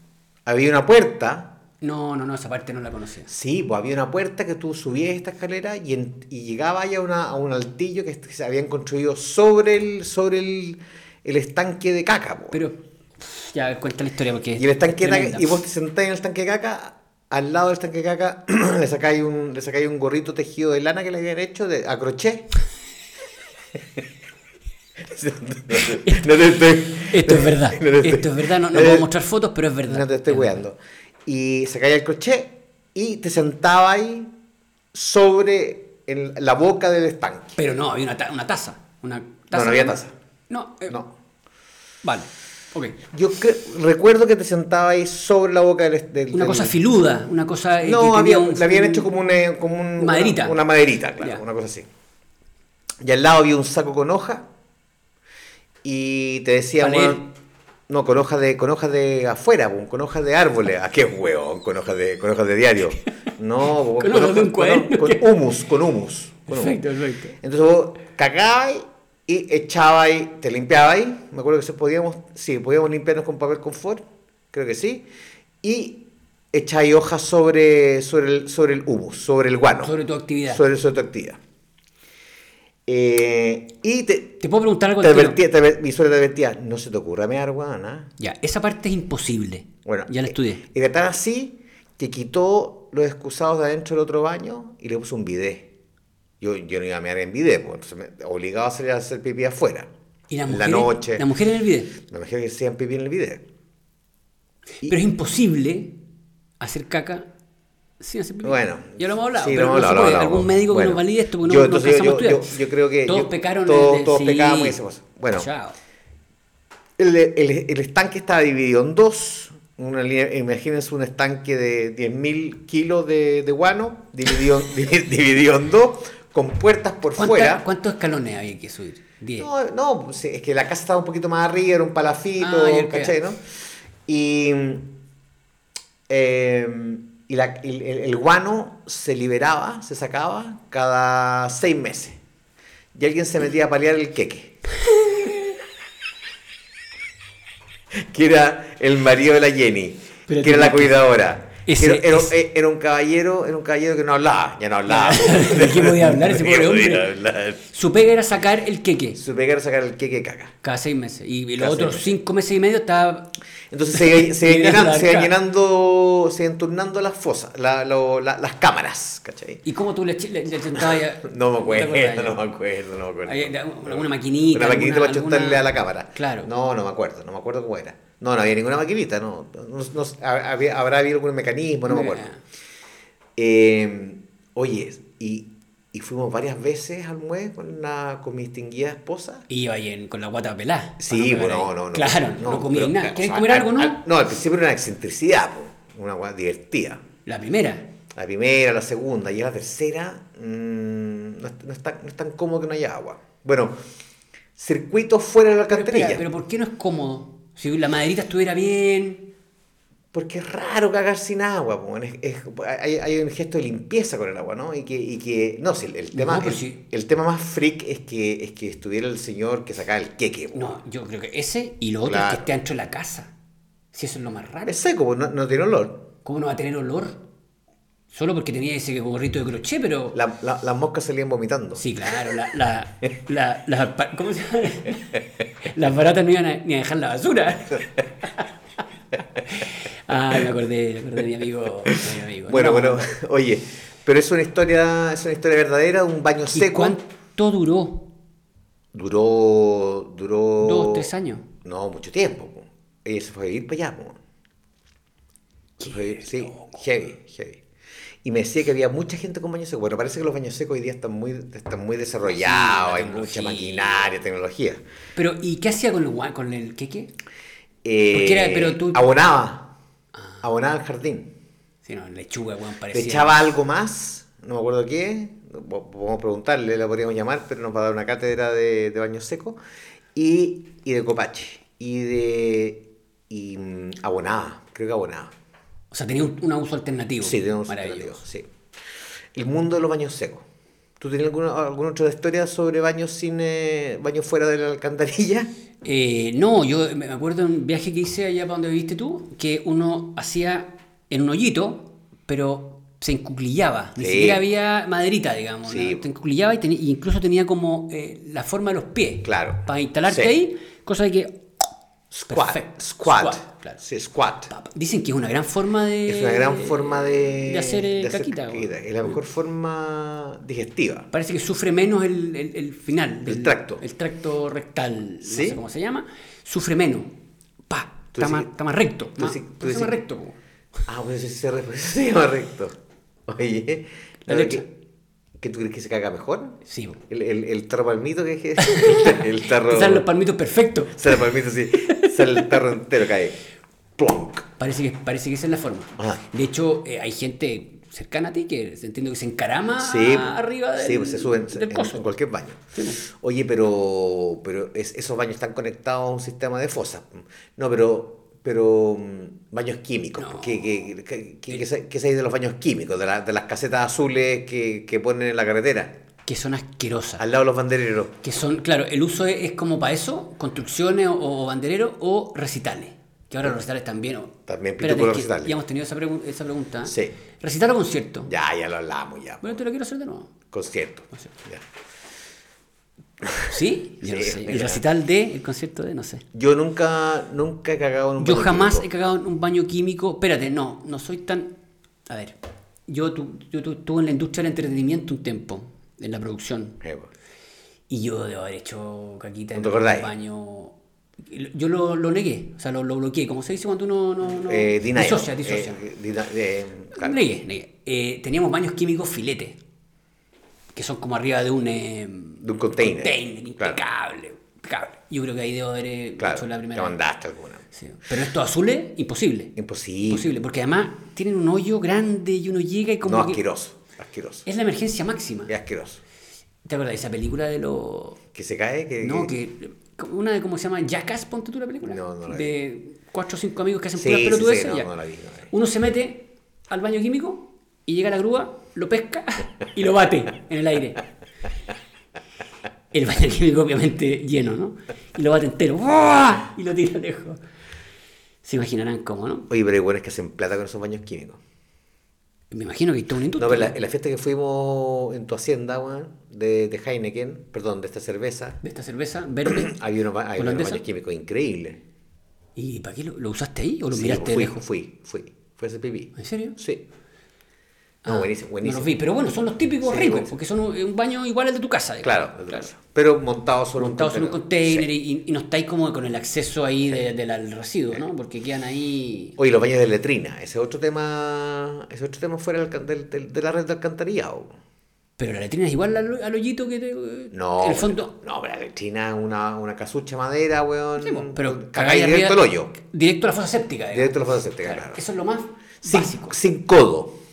Speaker 2: Había una puerta.
Speaker 1: No, no, no, esa parte no la conocía.
Speaker 2: Sí, pues había una puerta que tú subías esta escalera y, en- y llegaba ya a una- a un altillo que est- se habían construido sobre el, sobre el, el estanque de caca, pues. po.
Speaker 1: Pero, pff, ya, cuenta la historia porque.
Speaker 2: Y el estanque de caca-
Speaker 1: tremenda.
Speaker 2: y vos te sentás en el estanque de caca, al lado del estanque de caca le sacáis un, le sacáis un gorrito tejido de lana que le habían hecho de, a crochet. no te estoy-
Speaker 1: Esto es verdad.
Speaker 2: No te
Speaker 1: Esto
Speaker 2: estoy-
Speaker 1: es verdad. No, no
Speaker 2: no te-
Speaker 1: puedo mostrar fotos, pero es verdad.
Speaker 2: No te estoy
Speaker 1: Es verdad.
Speaker 2: cuidando. Y se caía el crochet y te sentaba ahí sobre el- la boca del estanque.
Speaker 1: Pero no, había una, ta- una taza. Una taza.
Speaker 2: no había taza.
Speaker 1: No, eh,
Speaker 2: No.
Speaker 1: Vale. Ok.
Speaker 2: Yo cre- recuerdo que te sentaba ahí sobre la boca del... est- del-
Speaker 1: Una
Speaker 2: del-
Speaker 1: cosa filuda, una cosa. eh, que
Speaker 2: No,
Speaker 1: tenía
Speaker 2: había,
Speaker 1: un-
Speaker 2: le habían
Speaker 1: un-
Speaker 2: hecho como, un, eh, como un-
Speaker 1: Maderita.
Speaker 2: Una, una maderita, claro,
Speaker 1: Ya.
Speaker 2: una cosa así. Y al lado había un saco con hoja y te decía,
Speaker 1: Pa' leer.
Speaker 2: weón, no, con hojas de, con hojas de afuera, weón, con hojas de árboles. ¿A qué hueón? Con hojas de, con hojas de diario. No, weón,
Speaker 1: Con hojas de un cuaderno,
Speaker 2: con- con humus, con humus. con humus.
Speaker 1: Perfecto, perfecto.
Speaker 2: Entonces vos cagabas y echabas, te limpiabas ahí. Me acuerdo que se podíamos, sí, podíamos limpiarnos con papel confort, creo que sí. Y echabas hojas sobre, sobre, el, sobre el humus, sobre el guano, sobre,
Speaker 1: Sobre tu actividad.
Speaker 2: sobre tu actividad. Eh, y te,
Speaker 1: Te puedo preguntar algo
Speaker 2: te
Speaker 1: al tiro?
Speaker 2: advertía, te adver- mi suegra te advertía, no se te ocurra mear guana.
Speaker 1: Ya, esa parte es imposible.
Speaker 2: Bueno,
Speaker 1: Ya la
Speaker 2: eh,
Speaker 1: estudié.
Speaker 2: Era tan así que quitó los excusados de adentro del otro baño y le puso un bidé. Yo, yo no iba a mear en bidé, pues, entonces me obligaba a salir a hacer pipí afuera.
Speaker 1: Y las
Speaker 2: En
Speaker 1: mujeres.
Speaker 2: La noche.
Speaker 1: Las mujeres en el video.
Speaker 2: Me imagino que hacían pipí en el bidé. Y-
Speaker 1: Pero es imposible hacer caca sin hacer pipí.
Speaker 2: Bueno.
Speaker 1: Ya lo hemos hablado.
Speaker 2: sí,
Speaker 1: pero
Speaker 2: lo
Speaker 1: no
Speaker 2: hemos
Speaker 1: se
Speaker 2: hablado,
Speaker 1: puede.
Speaker 2: lo hemos
Speaker 1: Algún
Speaker 2: hablado.
Speaker 1: médico que nos
Speaker 2: Bueno,
Speaker 1: valide esto porque no,
Speaker 2: yo,
Speaker 1: no
Speaker 2: entonces,
Speaker 1: alcanzamos
Speaker 2: yo,
Speaker 1: a
Speaker 2: yo-
Speaker 1: estudiar.
Speaker 2: yo creo que.
Speaker 1: Todos
Speaker 2: yo-
Speaker 1: pecaron
Speaker 2: Todos,
Speaker 1: de-
Speaker 2: todos
Speaker 1: sí.
Speaker 2: pecamos y hacemos- Bueno,
Speaker 1: Chao.
Speaker 2: el, el- el estanque estaba dividido en dos. Una línea- imagínense un estanque de 10.000 kilos de, de guano, dividido, dividido en dos, con puertas por
Speaker 1: ¿Cuánta-
Speaker 2: fuera.
Speaker 1: ¿Cuántos escalones había que subir? Diez.
Speaker 2: No, no, sí, es que la casa estaba un poquito más arriba, era un palafito,
Speaker 1: Ah, ya,
Speaker 2: ¿cachai,
Speaker 1: ya.
Speaker 2: no? Y, eh, y la- el, el- el guano se liberaba, se sacaba cada seis meses. Y alguien se metía a paliar el queque. que era el marido de la Jenny,
Speaker 1: Pero
Speaker 2: que era la
Speaker 1: tenía
Speaker 2: cuidadora.
Speaker 1: Ese-
Speaker 2: era, era-
Speaker 1: ese-
Speaker 2: era un caballero, era un caballero que no hablaba, ya no hablaba.
Speaker 1: ¿De qué podía hablar ese
Speaker 2: ¿De qué
Speaker 1: pobre hombre?
Speaker 2: podía hablar?
Speaker 1: Su pega era sacar el queque
Speaker 2: Su pega era sacar el queque de caca.
Speaker 1: cada seis meses. Y, y los
Speaker 2: Cada seis
Speaker 1: otros
Speaker 2: meses.
Speaker 1: cinco meses y medio estaba.
Speaker 2: Entonces se, se,
Speaker 1: Mira
Speaker 2: llenan-
Speaker 1: la
Speaker 2: se iban
Speaker 1: cara.
Speaker 2: llenando, se iban turnando las fosas, la- lo- la- las cámaras, ¿cachai?
Speaker 1: ¿Y cómo tú le, ch- le, le sentabas ahí a-
Speaker 2: No me
Speaker 1: ¿Te acordás?
Speaker 2: acuerdo, no me acuerdo, no me acuerdo.
Speaker 1: Ahí, alguna maquinita,
Speaker 2: Una maquinita para
Speaker 1: alguna-
Speaker 2: chuntarle
Speaker 1: alguna-
Speaker 2: a la cámara.
Speaker 1: Claro.
Speaker 2: No, no me acuerdo, no me acuerdo cómo era. No, no había ninguna maquinita, no. No- no- había- habrá habido algún mecanismo, no me acuerdo.
Speaker 1: Nah.
Speaker 2: Eh, oye, y, y fuimos varias veces al muelle con, la- con mi distinguida esposa.
Speaker 1: Iba ahí en- con la guata pelada.
Speaker 2: Sí,
Speaker 1: Para comer
Speaker 2: bueno, no,
Speaker 1: ahí.
Speaker 2: no, no.
Speaker 1: Claro, no, comía
Speaker 2: pero,
Speaker 1: nada.
Speaker 2: claro,
Speaker 1: ¿Querés
Speaker 2: o sea,
Speaker 1: comer
Speaker 2: al-
Speaker 1: algo, no?
Speaker 2: al- no, al principio era una excentricidad, po, una guay divertida.
Speaker 1: La primera.
Speaker 2: La primera, la segunda, y la tercera, mm, no, es, no es tan, no es tan cómodo que no haya agua. Bueno, circuitos fuera de la
Speaker 1: Pero, espera,
Speaker 2: alcantarilla.
Speaker 1: pero ¿por qué no es cómodo? Si la maderita estuviera bien.
Speaker 2: Porque es raro cagar sin agua, po, es- es- hay, hay un gesto de limpieza con el agua, ¿no? Y que, y que no, si el, el tema,
Speaker 1: No, pero
Speaker 2: el,
Speaker 1: sí.
Speaker 2: el tema más freak es que, es que estuviera el señor que sacaba el queque, po.
Speaker 1: No, yo creo que ese y lo otro es
Speaker 2: Claro.
Speaker 1: que esté ancho la casa. Si eso es lo más raro.
Speaker 2: Es seco, po, no, no tiene olor.
Speaker 1: ¿Cómo no va a tener olor? Solo porque tenía ese gorrito de crochet, pero.
Speaker 2: La- la- las moscas salían vomitando.
Speaker 1: Sí, claro, la, la, la, la- pa- ¿cómo se llama? Las baratas no iban a- ni a dejar la basura. Ah, me acordé, me acordé de mi amigo. de mi amigo.
Speaker 2: bueno,
Speaker 1: No,
Speaker 2: bueno, oye, pero es una historia, es una historia verdadera, un baño
Speaker 1: ¿Y
Speaker 2: seco.
Speaker 1: cuánto duró?
Speaker 2: Duró, duró...
Speaker 1: Dos, tres años.
Speaker 2: No, mucho tiempo. po. Ella se fue a vivir para allá. po. Se fue a vivir- sí, heavy, heavy. Y me decía que había mucha gente con baños secos. Bueno, parece que los baños secos hoy día están muy, están muy desarrollados,
Speaker 1: Sí,
Speaker 2: hay
Speaker 1: la
Speaker 2: mucha
Speaker 1: tecnología.
Speaker 2: maquinaria, tecnología.
Speaker 1: Pero, ¿y qué hacía con el gua- con el queque?
Speaker 2: Eh,
Speaker 1: Porque era- pero tú- Ah.
Speaker 2: Abonaba, abonaba el jardín.
Speaker 1: Sí, no, lechuga, weón,
Speaker 2: Le
Speaker 1: parecía.
Speaker 2: echaba algo más, no me acuerdo qué, po- podemos preguntarle, la podríamos llamar, pero nos va a dar una cátedra de, de baño seco, y, y de copache, y de y, mm, abonada, creo que abonada.
Speaker 1: O sea, tenía un, un uso alternativo.
Speaker 2: Sí, tenemos
Speaker 1: Uh, Maravilloso.
Speaker 2: alternativas, sí. El mundo de los baños secos. ¿Tú tienes alguna, alguna otra historia sobre baños sin eh, baños fuera de la alcantarilla?
Speaker 1: Eh, no, yo me acuerdo de un viaje que hice allá para donde viviste tú, que uno hacía en un hoyito, pero se encuclillaba. Ni
Speaker 2: Sí.
Speaker 1: siquiera había maderita, digamos.
Speaker 2: Sí.
Speaker 1: ¿no? Te encuclillaba y, teni- y incluso tenía como eh, la forma de los pies.
Speaker 2: Claro.
Speaker 1: Para instalarte
Speaker 2: Sí.
Speaker 1: ahí, cosa de que.
Speaker 2: Squat.
Speaker 1: Perfecto.
Speaker 2: Squat.
Speaker 1: Squat, claro.
Speaker 2: Sí, squat.
Speaker 1: pa, pa. ah, Dicen que es una gran forma de.
Speaker 2: Es una gran forma de,
Speaker 1: de hacer, eh, caquita,
Speaker 2: Es la mejor forma digestiva.
Speaker 1: Parece que sufre menos el, el- el final. del-
Speaker 2: tracto.
Speaker 1: El tracto rectal, no
Speaker 2: ¿Sí?
Speaker 1: sé cómo se llama. Sufre menos. Pa,
Speaker 2: Tú
Speaker 1: está,
Speaker 2: decís-
Speaker 1: más, está más recto.
Speaker 2: tú
Speaker 1: más-
Speaker 2: decís-
Speaker 1: por
Speaker 2: tú
Speaker 1: eso se llama
Speaker 2: decís-
Speaker 1: recto. po.
Speaker 2: Ah, pues ese se, re- se llama recto. Oye,
Speaker 1: La
Speaker 2: ¿no?
Speaker 1: leche.
Speaker 2: ¿Qué- ¿Qué tú crees que se caga mejor?
Speaker 1: Sí, po.
Speaker 2: El, el, el tarro palmito que es que- el tarro.
Speaker 1: Te salen los palmitos perfectos.
Speaker 2: sale palmito, sí. Sale el tarro entero, cae. Plonk.
Speaker 1: Parece que, parece que esa es la forma.
Speaker 2: Ajá.
Speaker 1: De hecho, eh, hay gente cercana a ti que se- entiendo que se encarama
Speaker 2: Sí,
Speaker 1: a- Ah, arriba del,
Speaker 2: sí, pues se suben se-
Speaker 1: del
Speaker 2: en,
Speaker 1: coso. pues.
Speaker 2: en cualquier baño. Oye, pero, pero es- esos baños están conectados a un sistema de fosas. No, pero, pero mm, baños químicos. ¿Qué, qué, qué- qué- qué sa- qué sabéis de los baños químicos? De, la- de las casetas azules que, que ponen en la carretera,
Speaker 1: Que son asquerosas.
Speaker 2: al lado de los bandereros.
Speaker 1: Que son, claro, el uso es, es como para eso, construcciones o, o bandereros o recitales. Que ahora los recitales también. o-
Speaker 2: También
Speaker 1: Espérate,
Speaker 2: pituco los
Speaker 1: que
Speaker 2: recitales.
Speaker 1: Ya hemos tenido esa, pregu- esa pregunta.
Speaker 2: Sí.
Speaker 1: Recital o concierto.
Speaker 2: Ya, ya lo hablamos, ya.
Speaker 1: Bueno, te lo quiero hacer de nuevo.
Speaker 2: Concierto.
Speaker 1: sé.
Speaker 2: Ya.
Speaker 1: ¿Sí? Yo
Speaker 2: Sí,
Speaker 1: no sé. El
Speaker 2: mira.
Speaker 1: recital de, el concierto de, no sé.
Speaker 2: Yo nunca, nunca he cagado en un
Speaker 1: Yo
Speaker 2: baño
Speaker 1: jamás he
Speaker 2: químico.
Speaker 1: cagado en un baño químico. Espérate, no, no soy tan. A ver, yo tu- yo tu- estuve en la industria del entretenimiento un tiempo, en la producción,
Speaker 2: Eh, pues.
Speaker 1: y yo debo haber hecho caquita
Speaker 2: ¿No
Speaker 1: en
Speaker 2: te
Speaker 1: un
Speaker 2: acordáis?
Speaker 1: baño. Yo lo, lo negué, o sea, lo, lo bloqueé, como se dice cuando uno no. no-
Speaker 2: Eh, denial.
Speaker 1: disocia, disocia.
Speaker 2: Eh, dina- eh, claro.
Speaker 1: Negué, negué. Eh, teníamos baños químicos filete, que son como arriba de un. eh,
Speaker 2: de un container. Claro.
Speaker 1: impecable, impecable. Yo creo que ahí debo haber eh,
Speaker 2: Claro,
Speaker 1: hecho la primera.
Speaker 2: te
Speaker 1: vez.
Speaker 2: mandaste alguna.
Speaker 1: Sí. Pero esto azul es imposible.
Speaker 2: Imposible.
Speaker 1: Imposible, porque además tienen un hoyo grande y uno llega y como
Speaker 2: No,
Speaker 1: que-
Speaker 2: asqueroso. Asqueroso.
Speaker 1: es la emergencia máxima.
Speaker 2: Es asqueroso.
Speaker 1: ¿Te acuerdas de esa película de los
Speaker 2: Que se cae, que.
Speaker 1: no, que una de cómo se llama Jackass, ponte tú la película
Speaker 2: eh, No, no la
Speaker 1: de cuatro o cinco amigos que hacen
Speaker 2: Sí,
Speaker 1: puras
Speaker 2: sí,
Speaker 1: pelotudeces,
Speaker 2: sí, no,
Speaker 1: ya.
Speaker 2: no la vi, no la vi.
Speaker 1: Uno se mete al baño químico y llega a la grúa, lo pesca y lo bate en el aire. El baño químico obviamente lleno, ¿no? Y lo bate entero ¡buah! y lo tira lejos. Se imaginarán cómo, ¿no?
Speaker 2: Oye, pero hay buenas que hacen plata con esos baños químicos.
Speaker 1: Me imagino que hay toda una
Speaker 2: No,
Speaker 1: industria.
Speaker 2: pero la- en la fiesta que fuimos en tu hacienda, weón, de, de Heineken, perdón, de esta cerveza,
Speaker 1: de esta cerveza verde.
Speaker 2: había unos, ba- había unos
Speaker 1: ¿Holandesa?
Speaker 2: baños químicos increíbles.
Speaker 1: ¿Y para qué lo, lo usaste ahí o lo
Speaker 2: Sí,
Speaker 1: miraste de
Speaker 2: fui,
Speaker 1: lejos?
Speaker 2: fui, fui. Fui a ese pipí.
Speaker 1: ¿En serio?
Speaker 2: Sí. No,
Speaker 1: Ah,
Speaker 2: buenísimo,
Speaker 1: No
Speaker 2: buenísimo.
Speaker 1: los vi, pero bueno, son los típicos
Speaker 2: Sí,
Speaker 1: ricos,
Speaker 2: buenísimo.
Speaker 1: porque son un, un baño igual al de tu casa. digamos.
Speaker 2: Claro, de Plaza. Pero montado sobre
Speaker 1: Montados en un
Speaker 2: Sí.
Speaker 1: container y, y no estáis como con el acceso ahí de- del al residuo, ¿no? Porque quedan ahí.
Speaker 2: Oye, los baños de letrina, ese otro tema, ese otro tema fuera del alcan- del- del- de la red de alcantarillado.
Speaker 1: Pero la letrina es igual al, al hoyito que te.
Speaker 2: No,
Speaker 1: El fondo.
Speaker 2: no, pero la letrina es una, una casucha madera, weón.
Speaker 1: Sí, pues, pero
Speaker 2: cagáis
Speaker 1: cagáis
Speaker 2: directo al
Speaker 1: arriba-
Speaker 2: hoyo.
Speaker 1: Directo a la fosa séptica. digamos.
Speaker 2: Directo a la fosa séptica, claro.
Speaker 1: Eso es lo más
Speaker 2: Sin,
Speaker 1: básico.
Speaker 2: sin codo,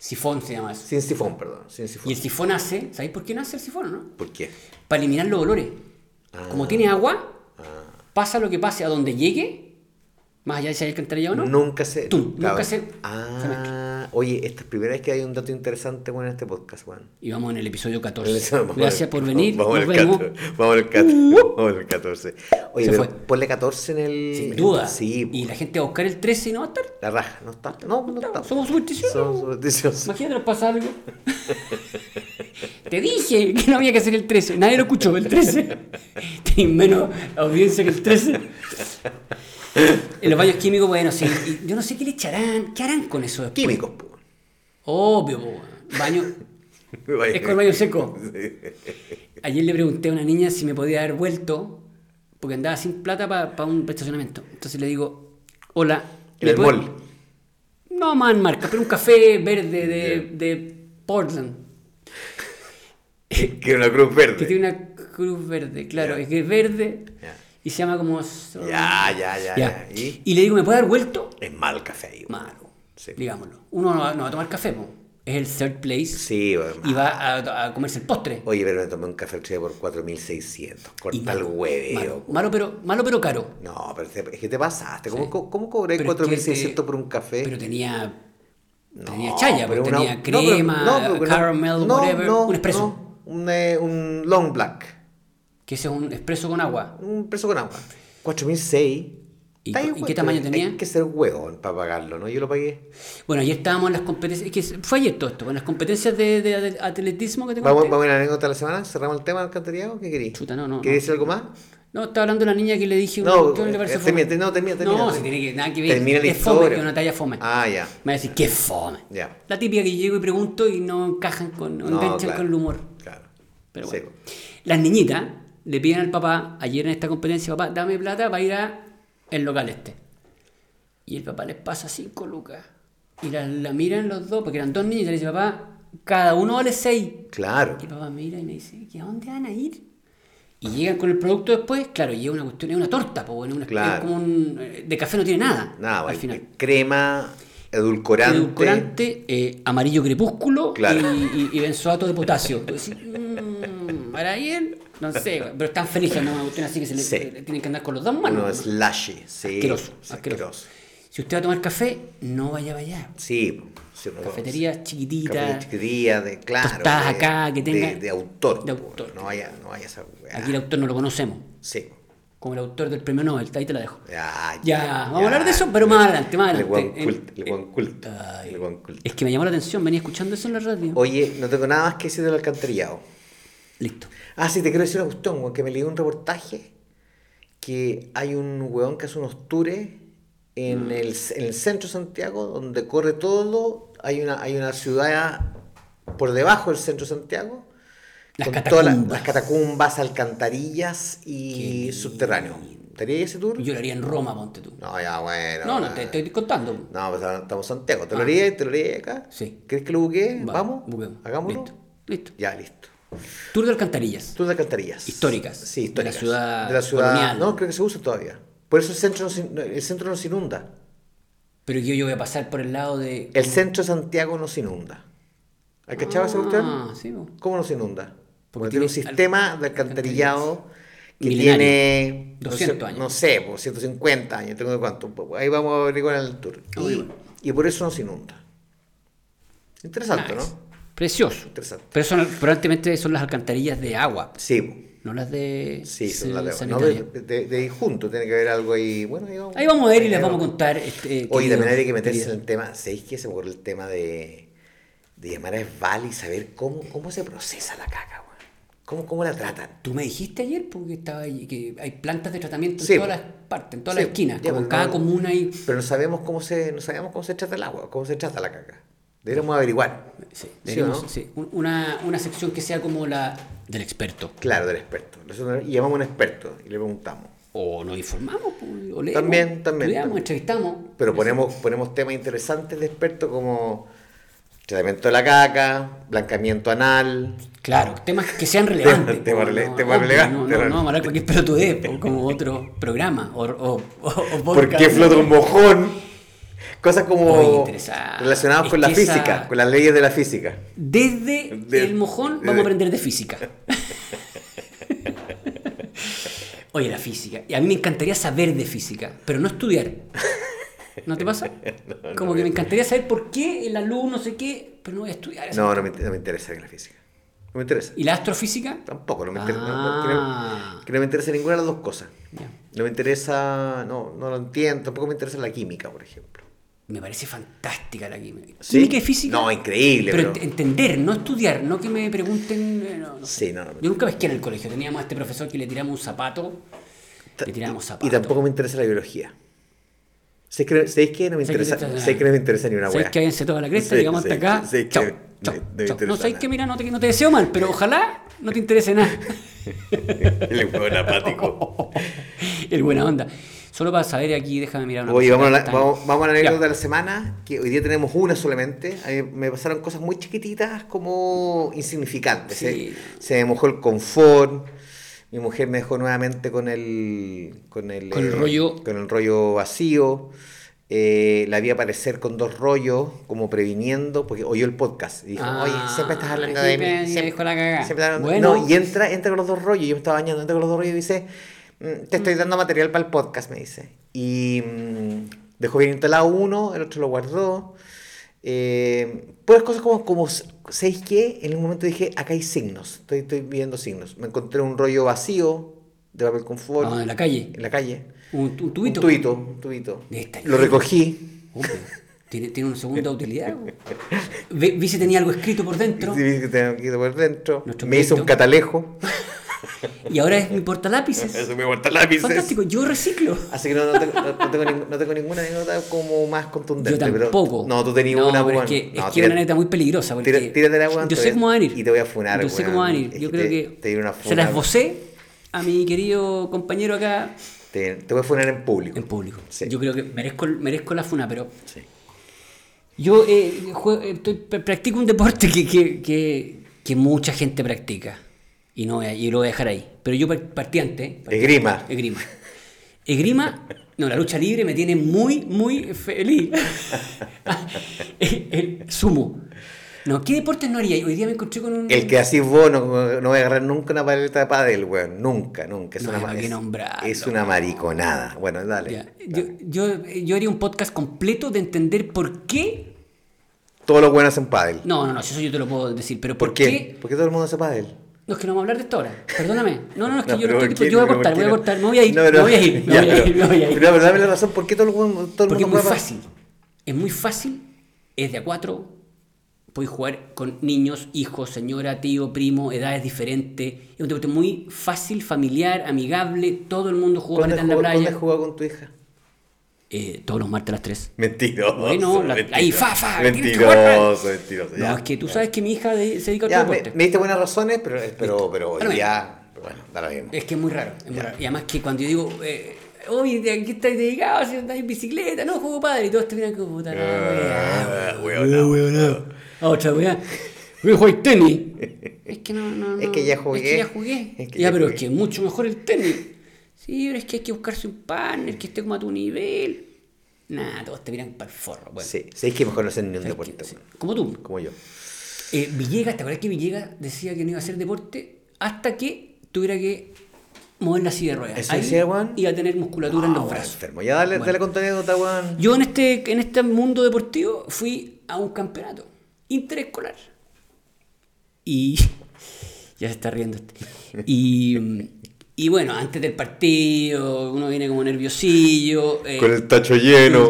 Speaker 1: Sifón se llama eso.
Speaker 2: sin sifón, perdón, sin sifón.
Speaker 1: Y el sifón hace. ¿Sabéis por qué nace el sifón, no?
Speaker 2: ¿Por qué?
Speaker 1: Para eliminar los olores.
Speaker 2: Ah.
Speaker 1: Como tiene agua, pasa lo que pase a donde llegue, más allá de si hay alcantarilla o no.
Speaker 2: Nunca se.
Speaker 1: Tum,
Speaker 2: claro.
Speaker 1: nunca se- se
Speaker 2: Ah, oye, esta es la primera vez que hay un dato interesante, bueno, en este podcast, weón.
Speaker 1: Y vamos en el episodio 14.
Speaker 2: Vamos
Speaker 1: Gracias
Speaker 2: al-
Speaker 1: por venir.
Speaker 2: Vamos
Speaker 1: Nos
Speaker 2: al
Speaker 1: vemos.
Speaker 2: 14. Vamos al 14. Vamos al 14. Oye,
Speaker 1: Se
Speaker 2: pero
Speaker 1: fue.
Speaker 2: ponle 14 en el.
Speaker 1: Sin duda.
Speaker 2: Sí, pues.
Speaker 1: y
Speaker 2: po.
Speaker 1: la gente va a buscar el 13 y no va a estar.
Speaker 2: la raja. No está. No, no está.
Speaker 1: Somos supersticiosos.
Speaker 2: Somos supersticiosos.
Speaker 1: Imagínate, nos pasa algo. Te dije que no había que hacer el 13. Nadie lo escuchó, el 13. Tienen menos audiencia que el 13. En los baños químicos, bueno, sí. y yo no sé qué le echarán. ¿Qué harán con eso después?
Speaker 2: Químicos, po.
Speaker 1: Obvio, po, baño. Es con baño seco. Ayer le pregunté a una niña si me podía haber vuelto, porque andaba sin plata para un estacionamiento. Entonces le digo, hola.
Speaker 2: En
Speaker 1: ¿me
Speaker 2: el
Speaker 1: puede-
Speaker 2: mall.
Speaker 1: No más en marca, pero un café verde de, de Portland.
Speaker 2: Que una cruz
Speaker 1: Que
Speaker 2: verde.
Speaker 1: tiene una cruz verde, claro,
Speaker 2: Ya.
Speaker 1: es que es verde
Speaker 2: Ya.
Speaker 1: y se llama como.
Speaker 2: Ya, ya, ya,
Speaker 1: Ya.
Speaker 2: ya.
Speaker 1: Y
Speaker 2: Y
Speaker 1: le digo, ¿me puede dar vuelto?
Speaker 2: es mal café ahí. po.
Speaker 1: Malo,
Speaker 2: Sí.
Speaker 1: digámoslo. Uno no va, no va a tomar café, po. es el third place
Speaker 2: Sí, weón.
Speaker 1: y va a, a comerse el postre.
Speaker 2: Oye, pero me tomé un café al chile por 4.600.
Speaker 1: Y
Speaker 2: Corta el
Speaker 1: malo,
Speaker 2: hueveo.
Speaker 1: malo, pero, malo pero caro.
Speaker 2: No, pero te- es que te pasaste. ¿Cómo,
Speaker 1: Sí.
Speaker 2: co- cómo cobré
Speaker 1: Pero es que
Speaker 2: 4.600
Speaker 1: te-
Speaker 2: por un café?
Speaker 1: Pero tenía.
Speaker 2: No,
Speaker 1: tenía chaya,
Speaker 2: pero
Speaker 1: pero
Speaker 2: una-
Speaker 1: tenía
Speaker 2: no, pero-
Speaker 1: crema,
Speaker 2: no, pero- pero-
Speaker 1: caramel,
Speaker 2: no,
Speaker 1: whatever,
Speaker 2: no,
Speaker 1: un espresso.
Speaker 2: no, un, eh, un long black.
Speaker 1: Que ese es un espresso con agua.
Speaker 2: Un preso con agua. 4006.
Speaker 1: ¿Y
Speaker 2: Está
Speaker 1: cu-
Speaker 2: bien,
Speaker 1: y qué
Speaker 2: güey,
Speaker 1: tamaño
Speaker 2: pero
Speaker 1: tenía?
Speaker 2: Hay que ser huevón para pagarlo, ¿no? Yo lo pagué.
Speaker 1: Bueno, ayer estábamos en las competencias. Es que fue ayer todo esto, en las competencias de, de atle- atletismo que te
Speaker 2: Vamos,
Speaker 1: conté.
Speaker 2: vamos a ir a la anécdota de la semana. Cerramos el tema del alcantarillado. ¿Qué querí?
Speaker 1: Chuta, no, no,
Speaker 2: ¿Querí
Speaker 1: no.
Speaker 2: decir algo más?
Speaker 1: No, estaba hablando de la niña que le dije una
Speaker 2: No,
Speaker 1: cuestión que le pareció
Speaker 2: eh, termina,
Speaker 1: fome.
Speaker 2: no, termina, termina.
Speaker 1: No, si tiene que, nada Ah, que ver.
Speaker 2: Termina la
Speaker 1: es fome,
Speaker 2: historia.
Speaker 1: que una talla fome.
Speaker 2: Ah, ya.
Speaker 1: Me va a decir, qué fome.
Speaker 2: Ya.
Speaker 1: La típica que llego y pregunto y no encajan con, no,
Speaker 2: No,
Speaker 1: enganchan
Speaker 2: claro.
Speaker 1: con el humor.
Speaker 2: Claro.
Speaker 1: Pero
Speaker 2: Sí,
Speaker 1: bueno. Las niñitas le piden al papá, ayer en esta competencia, papá, dame plata para ir a el local este. Y el papá les pasa cinco lucas. Y la, la miran los dos, porque eran dos niñitas, le dice, papá, cada uno vale seis.
Speaker 2: Claro.
Speaker 1: Y papá mira y me dice, ¿y a dónde van a ir? Y llegan con el producto después, claro, y es una cuestión, es una torta, po, bueno, una- es
Speaker 2: Claro.
Speaker 1: como un, eh, de café no tiene nada,
Speaker 2: Nada,
Speaker 1: al
Speaker 2: güey,
Speaker 1: final.
Speaker 2: Crema, edulcorante.
Speaker 1: Edulcorante, eh, amarillo crepúsculo
Speaker 2: Claro.
Speaker 1: y, y- y benzoato de potasio. Tú decís, "Mm, ¿hará bien? No sé, güey, pero están felices, no me gustan así que se le,
Speaker 2: Sí.
Speaker 1: le tienen que andar con los dos manos.
Speaker 2: Uno es lashy. Sí.
Speaker 1: Asqueroso,
Speaker 2: sí,
Speaker 1: asqueroso. Si usted va a tomar café, no vaya para allá.
Speaker 2: Sí. sí, no,
Speaker 1: Cafeterías chiquititas.
Speaker 2: Café chiquitía, de claro.
Speaker 1: Tostadas
Speaker 2: de-
Speaker 1: acá, que tenga-
Speaker 2: De, de autor.
Speaker 1: de
Speaker 2: po,
Speaker 1: autor.
Speaker 2: No vaya, no vaya a esa weá.
Speaker 1: Aquí el autor no lo conocemos,
Speaker 2: Sí. po.
Speaker 1: como el autor del premio Nobel, ahí te la dejo.
Speaker 2: Ya,
Speaker 1: Ya, vamos a hablar de eso, pero más adelante, Eh, más
Speaker 2: Le guan
Speaker 1: adelante.
Speaker 2: culto, le guan culto,
Speaker 1: Ay.
Speaker 2: le guan culto.
Speaker 1: Es que me llamó la atención, venía escuchando eso en la radio.
Speaker 2: Oye, no tengo nada más que decir del alcantarillado.
Speaker 1: Listo.
Speaker 2: Ah, sí, te quiero decir una cuestión, weón, que me leí un reportaje que hay un weón que hace unos tours en,
Speaker 1: Mm.
Speaker 2: el, en el centro de Santiago, donde corre todo, hay una, hay una ciudad por debajo del centro de Santiago,
Speaker 1: Las
Speaker 2: con todas la-
Speaker 1: catacumbas.
Speaker 2: las catacumbas, alcantarillas y subterráneo. ¿Te haría ese tour?
Speaker 1: Yo lo haría en Roma, ponte tú.
Speaker 2: No, ya, bueno.
Speaker 1: No, no,
Speaker 2: ya.
Speaker 1: te estoy contando.
Speaker 2: No, pues ahora estamos en Santiago. ¿Te lo
Speaker 1: Ah.
Speaker 2: haría? ¿Te lo haría acá?
Speaker 1: Sí.
Speaker 2: ¿Crees que lo buquee?
Speaker 1: Va,
Speaker 2: Vamos.
Speaker 1: buquemos.
Speaker 2: Hagámoslo.
Speaker 1: Listo. Listo.
Speaker 2: Ya, listo.
Speaker 1: Tour de alcantarillas.
Speaker 2: Tour de alcantarillas.
Speaker 1: Históricas. De
Speaker 2: Sí,
Speaker 1: la
Speaker 2: históricas.
Speaker 1: ciudad
Speaker 2: De la ciudad-
Speaker 1: colonial.
Speaker 2: No, creo que se usa todavía. Por eso el centro no se, no- el centro no se inunda.
Speaker 1: Pero yo, yo voy a pasar por el lado de.
Speaker 2: El centro de Santiago no se inunda. ¿Hay cachado esa cuestión?
Speaker 1: Mm. Ah, sí, bo.
Speaker 2: ¿Cómo no se inunda? Porque
Speaker 1: Porque
Speaker 2: tiene un
Speaker 1: tiene al-
Speaker 2: sistema de alcantarillado que
Speaker 1: Milenario.
Speaker 2: tiene... no sé-
Speaker 1: 200 años.
Speaker 2: No sé, por 150 años, tengo de cuánto. pues, Ahí vamos a averiguar en el tour.
Speaker 1: Oye,
Speaker 2: Y,
Speaker 1: Ah, bueno.
Speaker 2: y por eso no se inunda. Interesante,
Speaker 1: Nice.
Speaker 2: ¿no?
Speaker 1: Precioso.
Speaker 2: Interesante.
Speaker 1: Pero son, probablemente son las alcantarillas de agua,
Speaker 2: Sí, pues. po.
Speaker 1: no las de.
Speaker 2: sí, son
Speaker 1: san-
Speaker 2: las de agua. No,
Speaker 1: sanitarias.
Speaker 2: de, de- de ahí junto, tiene que haber algo ahí. Bueno, ahí vamos,
Speaker 1: Ahí vamos a ver y les
Speaker 2: Ahí
Speaker 1: vamos a contar. Este, eh,
Speaker 2: Oye, también
Speaker 1: queridos-
Speaker 2: habría que meterse
Speaker 1: queridas.
Speaker 2: en el tema, ¿sabéis qué? Se me ocurrió el tema de, de llamar a Esval y saber cómo, cómo se procesa la caca, weón. Cómo, cómo la tratan.
Speaker 1: Tú me dijiste ayer porque estaba ahí, que hay plantas de tratamiento en
Speaker 2: Sí,
Speaker 1: todas
Speaker 2: bo.
Speaker 1: las partes, en todas
Speaker 2: Sí,
Speaker 1: las esquinas,
Speaker 2: ya,
Speaker 1: como en
Speaker 2: pero
Speaker 1: cada
Speaker 2: no-
Speaker 1: comuna hay
Speaker 2: Pero no sabemos cómo se, no sabemos cómo se trata el agua, cómo se trata la caca. Deberíamos averiguar.
Speaker 1: Sí,
Speaker 2: ¿Sí
Speaker 1: deberíamos-
Speaker 2: o no?
Speaker 1: sí, un- una, una sección que sea como la del experto.
Speaker 2: Claro, del experto. Nosotros llamamos a un experto y le preguntamos.
Speaker 1: O nos informamos, pues, o leemos,
Speaker 2: También, también,
Speaker 1: estudiamos,
Speaker 2: también.
Speaker 1: entrevistamos.
Speaker 2: Pero ponemos, ponemos temas interesantes de expertos como tratamiento de la caca, blancamiento anal.
Speaker 1: Claro, temas que sean relevantes.
Speaker 2: Tema
Speaker 1: po,
Speaker 2: rele-
Speaker 1: no,
Speaker 2: tema
Speaker 1: obvio,
Speaker 2: relevante,
Speaker 1: No, no, no
Speaker 2: relevante.
Speaker 1: vamos a hablar cualquier pelotudez, po, como otro programa. O, o, o- o
Speaker 2: ¿Por
Speaker 1: podcast.
Speaker 2: qué flota un mojón? Cosas
Speaker 1: Oye,
Speaker 2: como
Speaker 1: interesante.
Speaker 2: relacionadas
Speaker 1: Es
Speaker 2: con la
Speaker 1: que esa-
Speaker 2: física, con las leyes de la física.
Speaker 1: Desde
Speaker 2: De-
Speaker 1: el mojón vamos
Speaker 2: desde-
Speaker 1: a aprender de física. Oye, la física. Y a mí me encantaría saber de física, pero no estudiar. ¿No te pasa? Como que me encantaría saber por qué el alumno no sé qué, pero no voy a estudiar. eso.
Speaker 2: No, no me, inter- no me interesa la física. No me interesa.
Speaker 1: ¿Y la astrofísica?
Speaker 2: Tampoco, no me interesa. no-
Speaker 1: Ah.
Speaker 2: no- que no- que no me interesa ninguna de las dos cosas.
Speaker 1: Ya.
Speaker 2: No me interesa, no, no lo entiendo. Tampoco me interesa la química, por ejemplo.
Speaker 1: Me parece fantástica la química.
Speaker 2: ¿Sí?
Speaker 1: Química y física.
Speaker 2: No, increíble,
Speaker 1: Pero, ent-
Speaker 2: pero-
Speaker 1: entender, no estudiar, no que me pregunten. eh, no, no sé.
Speaker 2: Sí, no, no.
Speaker 1: Yo nunca pesqué en el colegio. Teníamos a este profesor que le tiramos un zapato. Le tiramos zapato.
Speaker 2: Y tampoco me interesa la biología. ¿Sabéis que, sabéis que no me
Speaker 1: Sé que te
Speaker 2: interesa?
Speaker 1: estás-
Speaker 2: sé que no me interesa ni una
Speaker 1: ¿Sabes
Speaker 2: wea.
Speaker 1: que háganse toda la cresta?
Speaker 2: Sí,
Speaker 1: llegamos
Speaker 2: sí,
Speaker 1: hasta acá.
Speaker 2: sí, que
Speaker 1: chao,
Speaker 2: no-
Speaker 1: chao,
Speaker 2: no me
Speaker 1: chao. No,
Speaker 2: interesa
Speaker 1: sabes
Speaker 2: nada.
Speaker 1: que mira, no te, no te deseo mal, pero ojalá no te interese nada.
Speaker 2: El weón apático.
Speaker 1: el buena onda. Solo para saber aquí, déjame mirar una
Speaker 2: Oye,
Speaker 1: cosita
Speaker 2: vamos a, la,
Speaker 1: que está-
Speaker 2: vamos, vamos a la anécdota
Speaker 1: Ya.
Speaker 2: de la semana, que hoy día tenemos una solamente. A mí me pasaron cosas muy chiquititas, como insignificantes.
Speaker 1: Sí.
Speaker 2: Se, se me mojó el confort. Mi mujer me dejó nuevamente con el. Con el, eh,
Speaker 1: Con el rollo.
Speaker 2: Con el rollo vacío. Eh, la vi aparecer con dos rollos, como previniendo, porque oyó el podcast. Y dijo,
Speaker 1: Ah,
Speaker 2: oye, siempre estás hablando de mí.
Speaker 1: siempre
Speaker 2: siempre-
Speaker 1: dijo la cagá.
Speaker 2: siempre estás hablando-
Speaker 1: Bueno.
Speaker 2: No, y entra, entra con los dos rollos. Yo me estaba bañando, entra con los dos rollos y dice, "Mm, te estoy dando material para el podcast, me dice. Y mm, dejó bien instalado uno, el otro lo guardó. Eh, puras cosas como, como, ¿sabéis qué? En un momento dije, acá hay signos, estoy, estoy viendo signos. Me encontré un rollo vacío de papel confort
Speaker 1: Ah, en la calle.
Speaker 2: en la calle.
Speaker 1: Un, un tubito.
Speaker 2: Un tubito, un tubito.
Speaker 1: Debe estar
Speaker 2: Lo
Speaker 1: lleno.
Speaker 2: recogí.
Speaker 1: Hombre, tiene, tiene una segunda utilidad. güey. Ve, vi si tenía algo escrito por dentro.
Speaker 2: y vi que tenía que ir por dentro.
Speaker 1: Nuestro
Speaker 2: Me hizo un
Speaker 1: proyecto.
Speaker 2: catalejo.
Speaker 1: Y ahora es mi portalápices.
Speaker 2: me guarda lápices.
Speaker 1: Fantástico, yo reciclo.
Speaker 2: Así que no, no tengo, no- no tengo ning- no tengo ninguna anécdota como más contundente.
Speaker 1: Yo tampoco.
Speaker 2: Pero, no, tú tenías
Speaker 1: pero
Speaker 2: una buena.
Speaker 1: Es que, es
Speaker 2: no,
Speaker 1: que
Speaker 2: tira-
Speaker 1: una neta muy peligrosa. Porque
Speaker 2: tira- tírate la, weón,
Speaker 1: Yo
Speaker 2: te
Speaker 1: sé
Speaker 2: voy a-
Speaker 1: cómo van a venir.
Speaker 2: y te voy a funar,
Speaker 1: Yo sé
Speaker 2: weón.
Speaker 1: cómo van a venir.
Speaker 2: Es
Speaker 1: Yo
Speaker 2: que
Speaker 1: creo
Speaker 2: te-
Speaker 1: que.
Speaker 2: te di una
Speaker 1: se
Speaker 2: funa,
Speaker 1: las
Speaker 2: weón.
Speaker 1: vocé a mi querido compañero acá
Speaker 2: Te, te voy a funar en público.
Speaker 1: en público.
Speaker 2: Sí.
Speaker 1: Yo creo que merezco, merezco la funa, pero.
Speaker 2: Sí.
Speaker 1: Yo eh, jue- eh, estoy- pr- practico un deporte que, que, que- que mucha gente practica. Y no voy a- y lo voy a dejar ahí. Pero yo par- partí antes. eh,
Speaker 2: Esgrima.
Speaker 1: Egrima. Egrima, no, la lucha libre me tiene muy, muy feliz. el, el sumo. No, ¿qué deportes no haría? Hoy día me encontré con un.
Speaker 2: El que así vos no, no voy a agarrar nunca una paleta de pádel, weón. Nunca, nunca. Es,
Speaker 1: No,
Speaker 2: una,
Speaker 1: hay
Speaker 2: ma-
Speaker 1: para qué
Speaker 2: es,
Speaker 1: nombrarlo,
Speaker 2: es una mariconada. Bueno, dale.
Speaker 1: Ya, Yo, yo, yo haría un podcast completo de entender por qué.
Speaker 2: Todos los buenos hacen pádel.
Speaker 1: No, no, no, si eso yo te lo puedo decir, pero
Speaker 2: ¿Por,
Speaker 1: por,
Speaker 2: qué? ¿Por qué todo el mundo hace pádel?
Speaker 1: No, es que no vamos a hablar de esto ahora. Perdóname. No, no, no, es que
Speaker 2: No,
Speaker 1: yo
Speaker 2: pero
Speaker 1: no
Speaker 2: ¿por
Speaker 1: estoy.
Speaker 2: qué?
Speaker 1: yo voy a
Speaker 2: Pero
Speaker 1: cortar, voy
Speaker 2: ¿por qué
Speaker 1: a
Speaker 2: no?
Speaker 1: cortar, me voy a ir,
Speaker 2: No, pero-
Speaker 1: me voy a ir, me
Speaker 2: ya,
Speaker 1: voy a ir,
Speaker 2: pero-
Speaker 1: me voy a ir.
Speaker 2: Pero, pero dame la razón, ¿por qué todo el, mundo- todo el
Speaker 1: Porque es
Speaker 2: mundo
Speaker 1: muy
Speaker 2: juega pa-
Speaker 1: fácil. Es muy fácil. Es de a cuatro. Puedes jugar con niños, hijos, señora, tío, primo, edades diferentes. Es un deporte muy fácil, familiar, amigable. Todo el mundo juega
Speaker 2: ¿Cuándo
Speaker 1: maleta
Speaker 2: has
Speaker 1: en la
Speaker 2: jugado- ¿Cuándo has
Speaker 1: playa.
Speaker 2: jugado con tu hija?
Speaker 1: Eh, todos los martes a las tres.
Speaker 2: Mentiroso.
Speaker 1: Bueno, la-
Speaker 2: mentiroso.
Speaker 1: ahí, fa, fa, tienes que
Speaker 2: Mentiroso, mentiroso.
Speaker 1: No,
Speaker 2: ya.
Speaker 1: es que tú sabes que mi hija de- se dedica a
Speaker 2: Ya,
Speaker 1: otro
Speaker 2: me,
Speaker 1: deporte.
Speaker 2: me diste buenas razones, pero, eh, pero, pero hoy
Speaker 1: Ahora
Speaker 2: día. Bueno, da lo mismo.
Speaker 1: Es que es muy raro. es muy raro. Y además que cuando yo digo, eh, oye, ¿de qué estás dedicado? Si estás en bicicleta, no, juego padre. Y todos te miran como puta. la wea.
Speaker 2: Ah,
Speaker 1: eh,
Speaker 2: weona, weona.
Speaker 1: Ah, otra weá. Voy a jugar tenis. Es que no, no, no.
Speaker 2: Es que ya jugué.
Speaker 1: Es que ya jugué.
Speaker 2: Es que
Speaker 1: ya,
Speaker 2: ya
Speaker 1: pero
Speaker 2: jugué.
Speaker 1: es que es mucho mejor el tenis. Sí, pero es que hay que buscarse un partner que esté como a tu nivel. Nah, todos te miran para el forro. Bueno,
Speaker 2: Sí, sí, es que mejor no hacer ni un
Speaker 1: Es que-
Speaker 2: deporte,
Speaker 1: sí,
Speaker 2: weón,
Speaker 1: Como tú.
Speaker 2: como yo.
Speaker 1: Eh, Villegas, ¿te acuerdas que Villegas decía que no iba a hacer deporte hasta que tuviera que mover la silla de ruedas?
Speaker 2: ¿Eso decía, weón?
Speaker 1: iba a tener musculatura en
Speaker 2: Ah,
Speaker 1: los
Speaker 2: weón,
Speaker 1: brazos.
Speaker 2: enfermo. Ya dale, dale con tu anécdota, weón.
Speaker 1: Yo en este, en este mundo deportivo fui a un campeonato interescolar. Y. Ya se está riendo este. Y. mm, y bueno, antes del partido, uno viene como nerviosillo. eh,
Speaker 2: tacho
Speaker 1: con el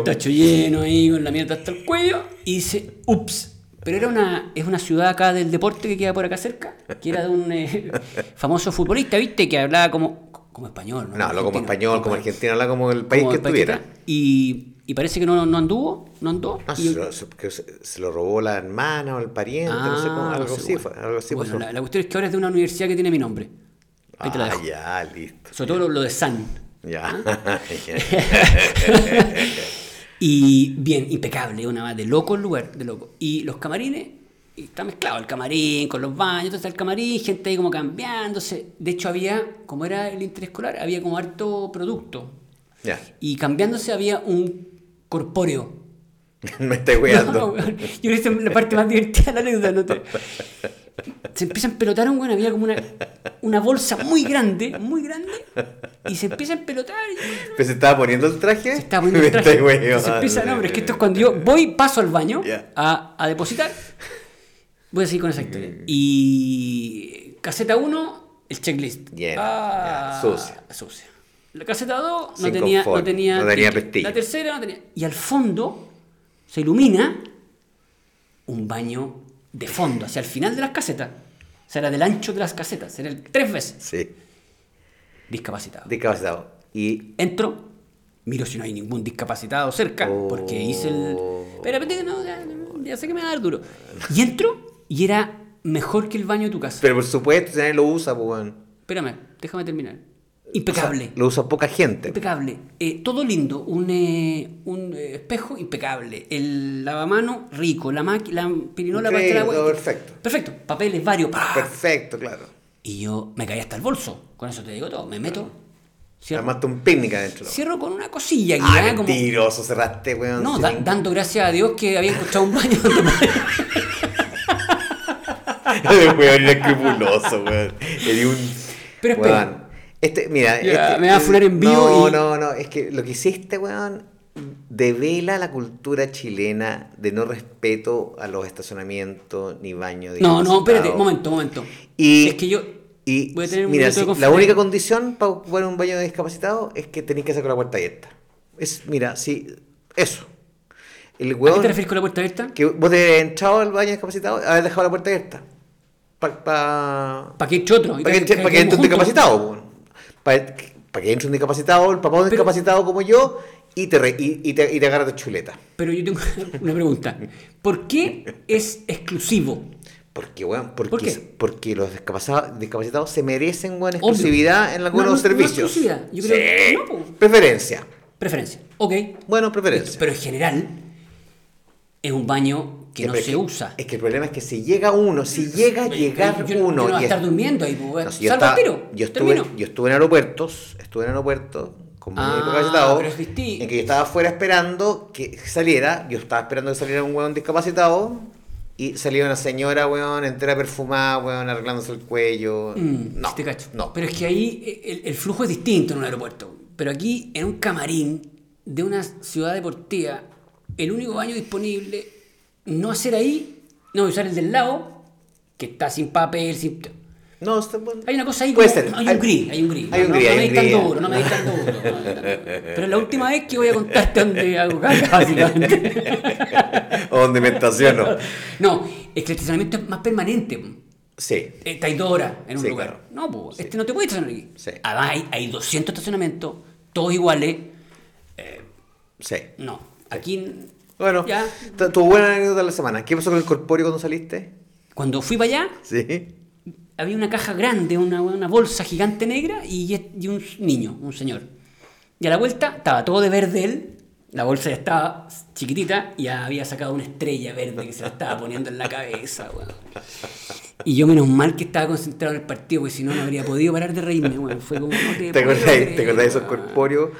Speaker 1: tacho lleno ahí, con la mierda hasta el cuello. Y dice, ups. Pero era una, es una ciudad acá del deporte que queda por acá cerca, que era de un eh, famoso futbolista, ¿viste? Que hablaba como, como español, ¿no?
Speaker 2: No, hablo como
Speaker 1: Argentino.
Speaker 2: español, como argentino, habla como el país
Speaker 1: Como
Speaker 2: que
Speaker 1: el país que
Speaker 2: estuviera.
Speaker 1: está. Y Y parece que no, no anduvo, no andó.
Speaker 2: No,
Speaker 1: y-
Speaker 2: se, lo, se- que se- se lo robó la hermana o el pariente, no sé cómo,
Speaker 1: Ah,
Speaker 2: algo
Speaker 1: no sé,
Speaker 2: así
Speaker 1: bueno.
Speaker 2: fue, algo así
Speaker 1: Bueno,
Speaker 2: pasó.
Speaker 1: la, la cuestión es que ahora es de una universidad que tiene mi nombre. Ahí te la
Speaker 2: Ah,
Speaker 1: dejo.
Speaker 2: ya, listo.
Speaker 1: Sobre todo lo, lo de San.
Speaker 2: Ya.
Speaker 1: ¿Ah? Y bien, impecable, una más de loco el lugar, de loco. Y los camarines, y está mezclado el camarín con los baños, entonces está el camarín, gente ahí como cambiándose. De hecho, había, como era el interescolar, había como harto producto.
Speaker 2: ya.
Speaker 1: Y cambiándose había un corpóreo.
Speaker 2: Me estoy
Speaker 1: No,
Speaker 2: weando.
Speaker 1: weón. Yo hice la parte más divertida de la anécdota. ¿no? Te- Se empieza a empelotar un weón, había como una, una bolsa muy grande, muy grande, y se empieza a empelotar. y, weón,
Speaker 2: ¿Pero se estaba poniendo el traje?
Speaker 1: se está poniendo
Speaker 2: Me
Speaker 1: el traje.
Speaker 2: estoy weando.
Speaker 1: Se empieza, no, pero es que esto es cuando yo voy, paso al baño
Speaker 2: Ya.
Speaker 1: a, a depositar. Voy a seguir con esa historia. Y caseta 1, el checklist.
Speaker 2: Bien,
Speaker 1: Ah,
Speaker 2: ya, sucia.
Speaker 1: Sucia. La caseta 2 no
Speaker 2: Sin
Speaker 1: tenía, no
Speaker 2: confort,
Speaker 1: tenía,
Speaker 2: no tenía
Speaker 1: ticket.
Speaker 2: pestillo.
Speaker 1: La tercera no tenía. Y al fondo se ilumina un baño de fondo, hacia el final de las casetas. O sea, era del ancho de las casetas, era el tres veces
Speaker 2: Sí,
Speaker 1: discapacitado.
Speaker 2: discapacitado. Y
Speaker 1: Entro, miro si no hay ningún discapacitado cerca,
Speaker 2: Oh.
Speaker 1: porque hice el. Pero de repente, no, ya, ya sé que me va a dar duro. Y entro y era mejor que el baño de tu casa.
Speaker 2: Pero por supuesto, si nadie lo usa, pues weón.
Speaker 1: Espérame, déjame terminar.
Speaker 2: O sea,
Speaker 1: Impecable.
Speaker 2: lo usa poca gente.
Speaker 1: Impecable. Eh, todo lindo. Un, eh, un eh, espejo impecable. El lavamano rico. La, maqui- la Ah. pirinola para
Speaker 2: Increíble,
Speaker 1: echar
Speaker 2: todo perfecto.
Speaker 1: Perfecto. Papeles varios. pa.
Speaker 2: Perfecto, claro.
Speaker 1: Y yo me caí hasta el bolso. Con eso te digo todo. Me meto. Cierro,
Speaker 2: Armaste un picnic adentro. la
Speaker 1: cierro con una cosilla que
Speaker 2: Ah,
Speaker 1: ya como-
Speaker 2: mentiroso, cerraste, weón.
Speaker 1: No,
Speaker 2: sin
Speaker 1: da-
Speaker 2: ningún-
Speaker 1: dando gracias a Dios que había encontrado un baño donde poder-
Speaker 2: El weón era escrupuloso, weón. Era un.
Speaker 1: Pero
Speaker 2: Weón,
Speaker 1: espera.
Speaker 2: Este, mira.
Speaker 1: Ya,
Speaker 2: este-
Speaker 1: me va a funar en vivo
Speaker 2: No,
Speaker 1: y-
Speaker 2: no, no. Es que lo que hiciste, weón, devela la cultura chilena de no respeto a los estacionamientos ni baños.
Speaker 1: No, no, espérate,
Speaker 2: discapacitados.
Speaker 1: momento, momento.
Speaker 2: Y-
Speaker 1: es que yo
Speaker 2: Y
Speaker 1: voy a tener un
Speaker 2: mira,
Speaker 1: minuto de
Speaker 2: si- la
Speaker 1: conflicto.
Speaker 2: única condición para ocupar un baño de discapacitado es que tenéis que sacar la puerta abierta. Es, mira, sí, eso. El
Speaker 1: ¿A qué
Speaker 2: weón
Speaker 1: te refieres con la puerta abierta?
Speaker 2: que vos te habías entrado al baño discapacitado, haber dejado la puerta abierta. Para
Speaker 1: ¿Para qué hecho otro?
Speaker 2: para que, para que entre un discapacitado. Para, que entre un discapacitado, el papá de un
Speaker 1: Pero-
Speaker 2: discapacitado como yo, y te, re- y, y te, y te agarra tu chuleta.
Speaker 1: Pero yo tengo una pregunta. ¿Por qué es exclusivo?
Speaker 2: Porque, weón, porque,
Speaker 1: ¿Por qué?
Speaker 2: porque los discapacitados, discapacitados se merecen, weón,
Speaker 1: Obvio.
Speaker 2: exclusividad en algunos
Speaker 1: No, no, no
Speaker 2: servicios.
Speaker 1: exclusividad, yo creo que-
Speaker 2: Sí.
Speaker 1: no, po.
Speaker 2: Preferencia.
Speaker 1: Preferencia. Ok.
Speaker 2: Bueno, preferencia.
Speaker 1: Pero en general es un baño que
Speaker 2: Ya,
Speaker 1: no
Speaker 2: pero
Speaker 1: se
Speaker 2: es
Speaker 1: usa.
Speaker 2: Es que el problema es que si llega uno, si llega a llegar
Speaker 1: yo, yo
Speaker 2: uno.
Speaker 1: no voy
Speaker 2: y
Speaker 1: a
Speaker 2: es-
Speaker 1: estar durmiendo ahí. pues,
Speaker 2: No, si yo,
Speaker 1: salvo al
Speaker 2: estaba-
Speaker 1: tiro.
Speaker 2: yo estuve,
Speaker 1: termino.
Speaker 2: yo estuve en aeropuertos, estuve en aeropuertos con mi
Speaker 1: Ah,
Speaker 2: discapacitado,
Speaker 1: pero es distinto.
Speaker 2: en que yo estaba afuera esperando que saliera, yo estaba esperando que saliera un hueón discapacitado y salía una señora, hueón, entera perfumada, hueón, arreglándose el cuello.
Speaker 1: Mm,
Speaker 2: no,
Speaker 1: sí te cacho.
Speaker 2: no.
Speaker 1: Pero es que ahí eh, el, el flujo es distinto en un aeropuerto. Pero aquí, en un camarín de una ciudad deportiva, el único baño disponible, no hacer ahí, no usar el del lado, que está sin papel, sin...
Speaker 2: No, está bueno.
Speaker 1: Hay una cosa ahí,
Speaker 2: Puede
Speaker 1: como-
Speaker 2: ser.
Speaker 1: hay un gris, hay un gris.
Speaker 2: Hay un
Speaker 1: no,
Speaker 2: gris,
Speaker 1: no
Speaker 2: hay
Speaker 1: me
Speaker 2: un
Speaker 1: deis
Speaker 2: gris.
Speaker 1: tan duro, no me deis tan duro. no me deis tan duro. Pero es la última vez que voy a contarte dónde hago caca, básicamente.
Speaker 2: O donde me estaciono.
Speaker 1: No, es que el estacionamiento es más permanente.
Speaker 2: Sí.
Speaker 1: Eh, Está ahí dos horas en un
Speaker 2: Sí,
Speaker 1: lugar.
Speaker 2: claro.
Speaker 1: No, pues, este no te puede estacionar aquí.
Speaker 2: Sí.
Speaker 1: Además, hay, hay 200 estacionamientos, todos iguales.
Speaker 2: Sí.
Speaker 1: No, aquí.
Speaker 2: Bueno,
Speaker 1: Ya.
Speaker 2: tu- tu buena anécdota de la semana. ¿Qué pasó con el corpóreo cuando saliste?
Speaker 1: Cuando fui para allá,
Speaker 2: Sí.
Speaker 1: había una caja grande, una, una bolsa gigante negra y, es- y un niño, un señor. Y a la vuelta estaba todo de verde él, la bolsa ya estaba chiquitita y había sacado una estrella verde que se la estaba poniendo en la cabeza, weón. Y yo menos mal que estaba concentrado en el partido, porque si no, no habría podido parar de reírme, weón. Fue como... no
Speaker 2: ¿Te
Speaker 1: puedo
Speaker 2: acordás,
Speaker 1: creer,
Speaker 2: te acordás de esos
Speaker 1: weón.
Speaker 2: corpóreos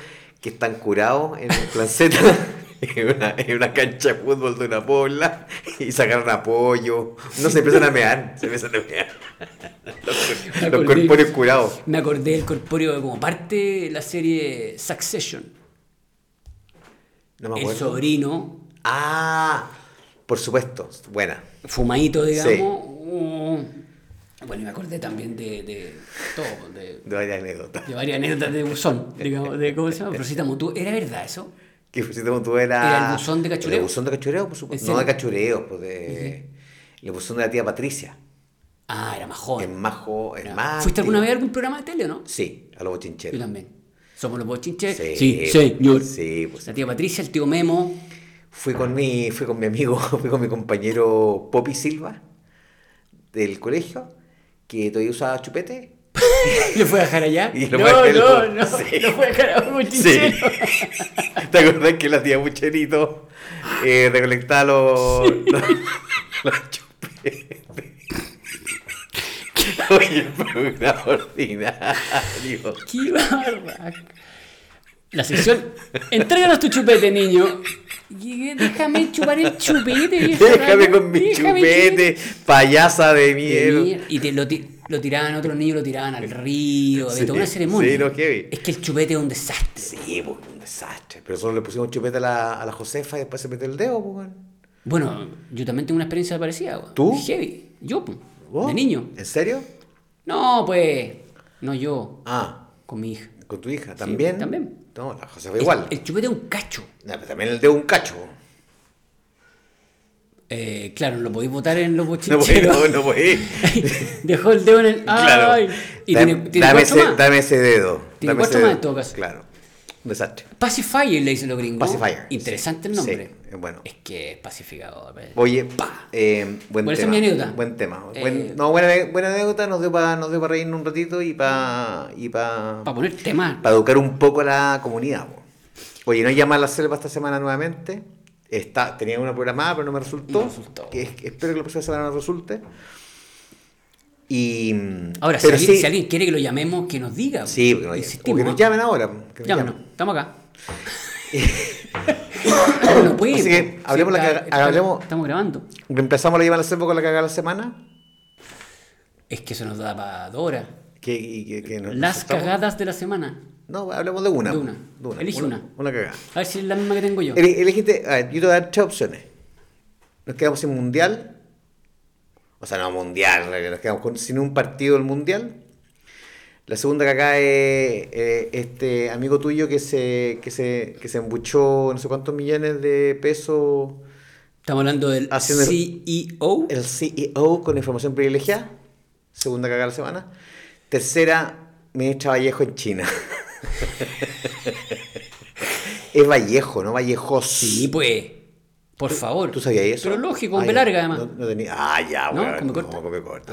Speaker 2: que están curados en planceta? En una, en una cancha de fútbol de una pobla y sacaron apoyo. No se empiezan a mear, se empiezan a mear. Los, cor-
Speaker 1: Me
Speaker 2: los
Speaker 1: acordé.
Speaker 2: corpóreos curados.
Speaker 1: Me acordé del corpóreo como parte de la serie Succession.
Speaker 2: No me
Speaker 1: El
Speaker 2: acuerdo.
Speaker 1: sobrino,
Speaker 2: Ah, por supuesto, buena.
Speaker 1: fumadito, digamos.
Speaker 2: Sí.
Speaker 1: mm. Bueno, y me acordé también de, de todo, de,
Speaker 2: De varias anécdotas.
Speaker 1: de varias anécdotas de Buzón, digamos, de cómo se llama, Rosita Mutú. ¿Era verdad eso?
Speaker 2: Que pusiste como tú era.
Speaker 1: Era el buzón de cachureo.
Speaker 2: El buzón de cachureo, por
Speaker 1: ¿En
Speaker 2: supuesto.
Speaker 1: serio?
Speaker 2: No de cachureo, pues de. El buzón de la tía Patricia.
Speaker 1: Ah, era más
Speaker 2: El
Speaker 1: joven.
Speaker 2: majo, el
Speaker 1: Era-
Speaker 2: más.
Speaker 1: ¿Fuiste alguna
Speaker 2: antiguo.
Speaker 1: vez a algún programa de tele o no?
Speaker 2: Sí, a
Speaker 1: Yo
Speaker 2: los bochincheros.
Speaker 1: también. Somos los bochinches.
Speaker 2: Sí,
Speaker 1: Sí,
Speaker 2: pues,
Speaker 1: señor.
Speaker 2: sí, pues.
Speaker 1: La tía Patricia, el tío Memo.
Speaker 2: Fui con mi, fui con mi amigo, fui con mi compañero Poppy Silva del colegio, que todavía usaba chupete.
Speaker 1: ¿Lo fue a dejar allá?
Speaker 2: Y
Speaker 1: no,
Speaker 2: lo fue a
Speaker 1: no,
Speaker 2: dejar-
Speaker 1: no.
Speaker 2: sí.
Speaker 1: Lo fue a dejar a un bochinchero.
Speaker 2: ¿Te acuerdas que la tía Bucherito eh, recolectaba los, los, los chupetes? Oye, el programa ordinario.
Speaker 1: ¡Qué barba! La sección. Entréganos tu chupete, niño. Y- Déjame chupar el chupete, vieja
Speaker 2: Déjame
Speaker 1: rata.
Speaker 2: con mi
Speaker 1: Déjame
Speaker 2: chupete, payasa de
Speaker 1: De
Speaker 2: mierda.
Speaker 1: mierda. Y te lo, ti- lo tiraban, otros niños lo tiraban al río, de
Speaker 2: Sí,
Speaker 1: toda una ceremonia.
Speaker 2: sí, no, heavy.
Speaker 1: Es que el chupete es un desastre.
Speaker 2: Sí, pues, un desastre. Pero solo le pusimos chupete a la, a la Josefa y después se metió el dedo, pues, weón.
Speaker 1: Bueno, yo también tengo una experiencia parecida. weón.
Speaker 2: ¿Tú?
Speaker 1: Heavy. Yo, po,
Speaker 2: ¿Vos?
Speaker 1: de niño.
Speaker 2: ¿En serio?
Speaker 1: No, pues. No yo,
Speaker 2: Ah,
Speaker 1: con mi hija.
Speaker 2: con tu hija, ¿también?
Speaker 1: también.
Speaker 2: No, la Josefa igual.
Speaker 1: El, el chupete es un cacho.
Speaker 2: No, pero también el dedo un cacho.
Speaker 1: Eh, claro, no lo podéis votar en los
Speaker 2: No voy,
Speaker 1: bochincheros.
Speaker 2: no, no voy.
Speaker 1: Dejó el dedo en el.
Speaker 2: Claro.
Speaker 1: ¡Ay! Y
Speaker 2: Dame-
Speaker 1: tiene, tiene
Speaker 2: dame,
Speaker 1: cuatro
Speaker 2: ese,
Speaker 1: más.
Speaker 2: dame ese dedo.
Speaker 1: Tiene
Speaker 2: dame ese
Speaker 1: cuatro más
Speaker 2: dedo.
Speaker 1: en todo caso.
Speaker 2: Claro. Un desastre.
Speaker 1: Pacifier le dicen los gringos.
Speaker 2: Pacifier.
Speaker 1: Interesante el
Speaker 2: Sí,
Speaker 1: nombre.
Speaker 2: sí, es bueno.
Speaker 1: Es que es pacificador. pues.
Speaker 2: Oye, eh, buen
Speaker 1: Bueno, esa
Speaker 2: tema.
Speaker 1: es mi anécdota.
Speaker 2: Buen tema.
Speaker 1: Eh,
Speaker 2: Buen- no, buena, buena anécdota, nos dio para nos dio para reírnos un ratito y para y pa,
Speaker 1: Para poner tema.
Speaker 2: pa educar un poco a la comunidad. po. Oye, no llama a la selva esta semana nuevamente. Está, tenía una programada, pero no me resultó.
Speaker 1: No resultó.
Speaker 2: Que es- espero que la próxima semana no resulte. Y
Speaker 1: Ahora, si
Speaker 2: pero
Speaker 1: alguien,
Speaker 2: sí,
Speaker 1: si alguien quiere que lo llamemos, que nos diga.
Speaker 2: sí, porque no- o
Speaker 1: Insistimos,
Speaker 2: que nos
Speaker 1: ¿eh?
Speaker 2: llamen ahora. que nos
Speaker 1: Llámanos,
Speaker 2: llamen.
Speaker 1: estamos acá. Pero no puede,
Speaker 2: Así
Speaker 1: po.
Speaker 2: que, hablemos la
Speaker 1: está-
Speaker 2: que-
Speaker 1: está-
Speaker 2: hablemos-
Speaker 1: Estamos grabando.
Speaker 2: Reemplazamos la llama a la selva con la cagada de la semana.
Speaker 1: Es que eso nos da para dos horas.
Speaker 2: Que, y que- que nos-
Speaker 1: Las
Speaker 2: nos estamos-
Speaker 1: cagadas de la semana.
Speaker 2: No, hablemos de una.
Speaker 1: De una. Elige una.
Speaker 2: Una cagada.
Speaker 1: A ver si es la misma que tengo yo.
Speaker 2: Ele- Elegiste, a ver, yo te voy a dar tres opciones. Nos quedamos sin mundial. O sea, no mundial, en realidad, nos quedamos con- sin un partido del mundial. La segunda cagada es eh, este amigo tuyo que se, que se, que se embuchó no sé cuántos millones de pesos
Speaker 1: Estamos hablando del E
Speaker 2: Haciendo el-
Speaker 1: CEO.
Speaker 2: el CEO con información privilegiada. Segunda cagada de la semana. Tercera, ministra Vallejo en China. es Vallejo, no Vallejos.
Speaker 1: Sí, pues. Por favor.
Speaker 2: ¿Tú sabías eso?
Speaker 1: Pero lógico, con
Speaker 2: Ah,
Speaker 1: B
Speaker 2: ya.
Speaker 1: larga además.
Speaker 2: No, no tenía... Ah, ya,
Speaker 1: ¿No?
Speaker 2: weón.
Speaker 1: ¿Con B
Speaker 2: No,
Speaker 1: corta?
Speaker 2: con B corta.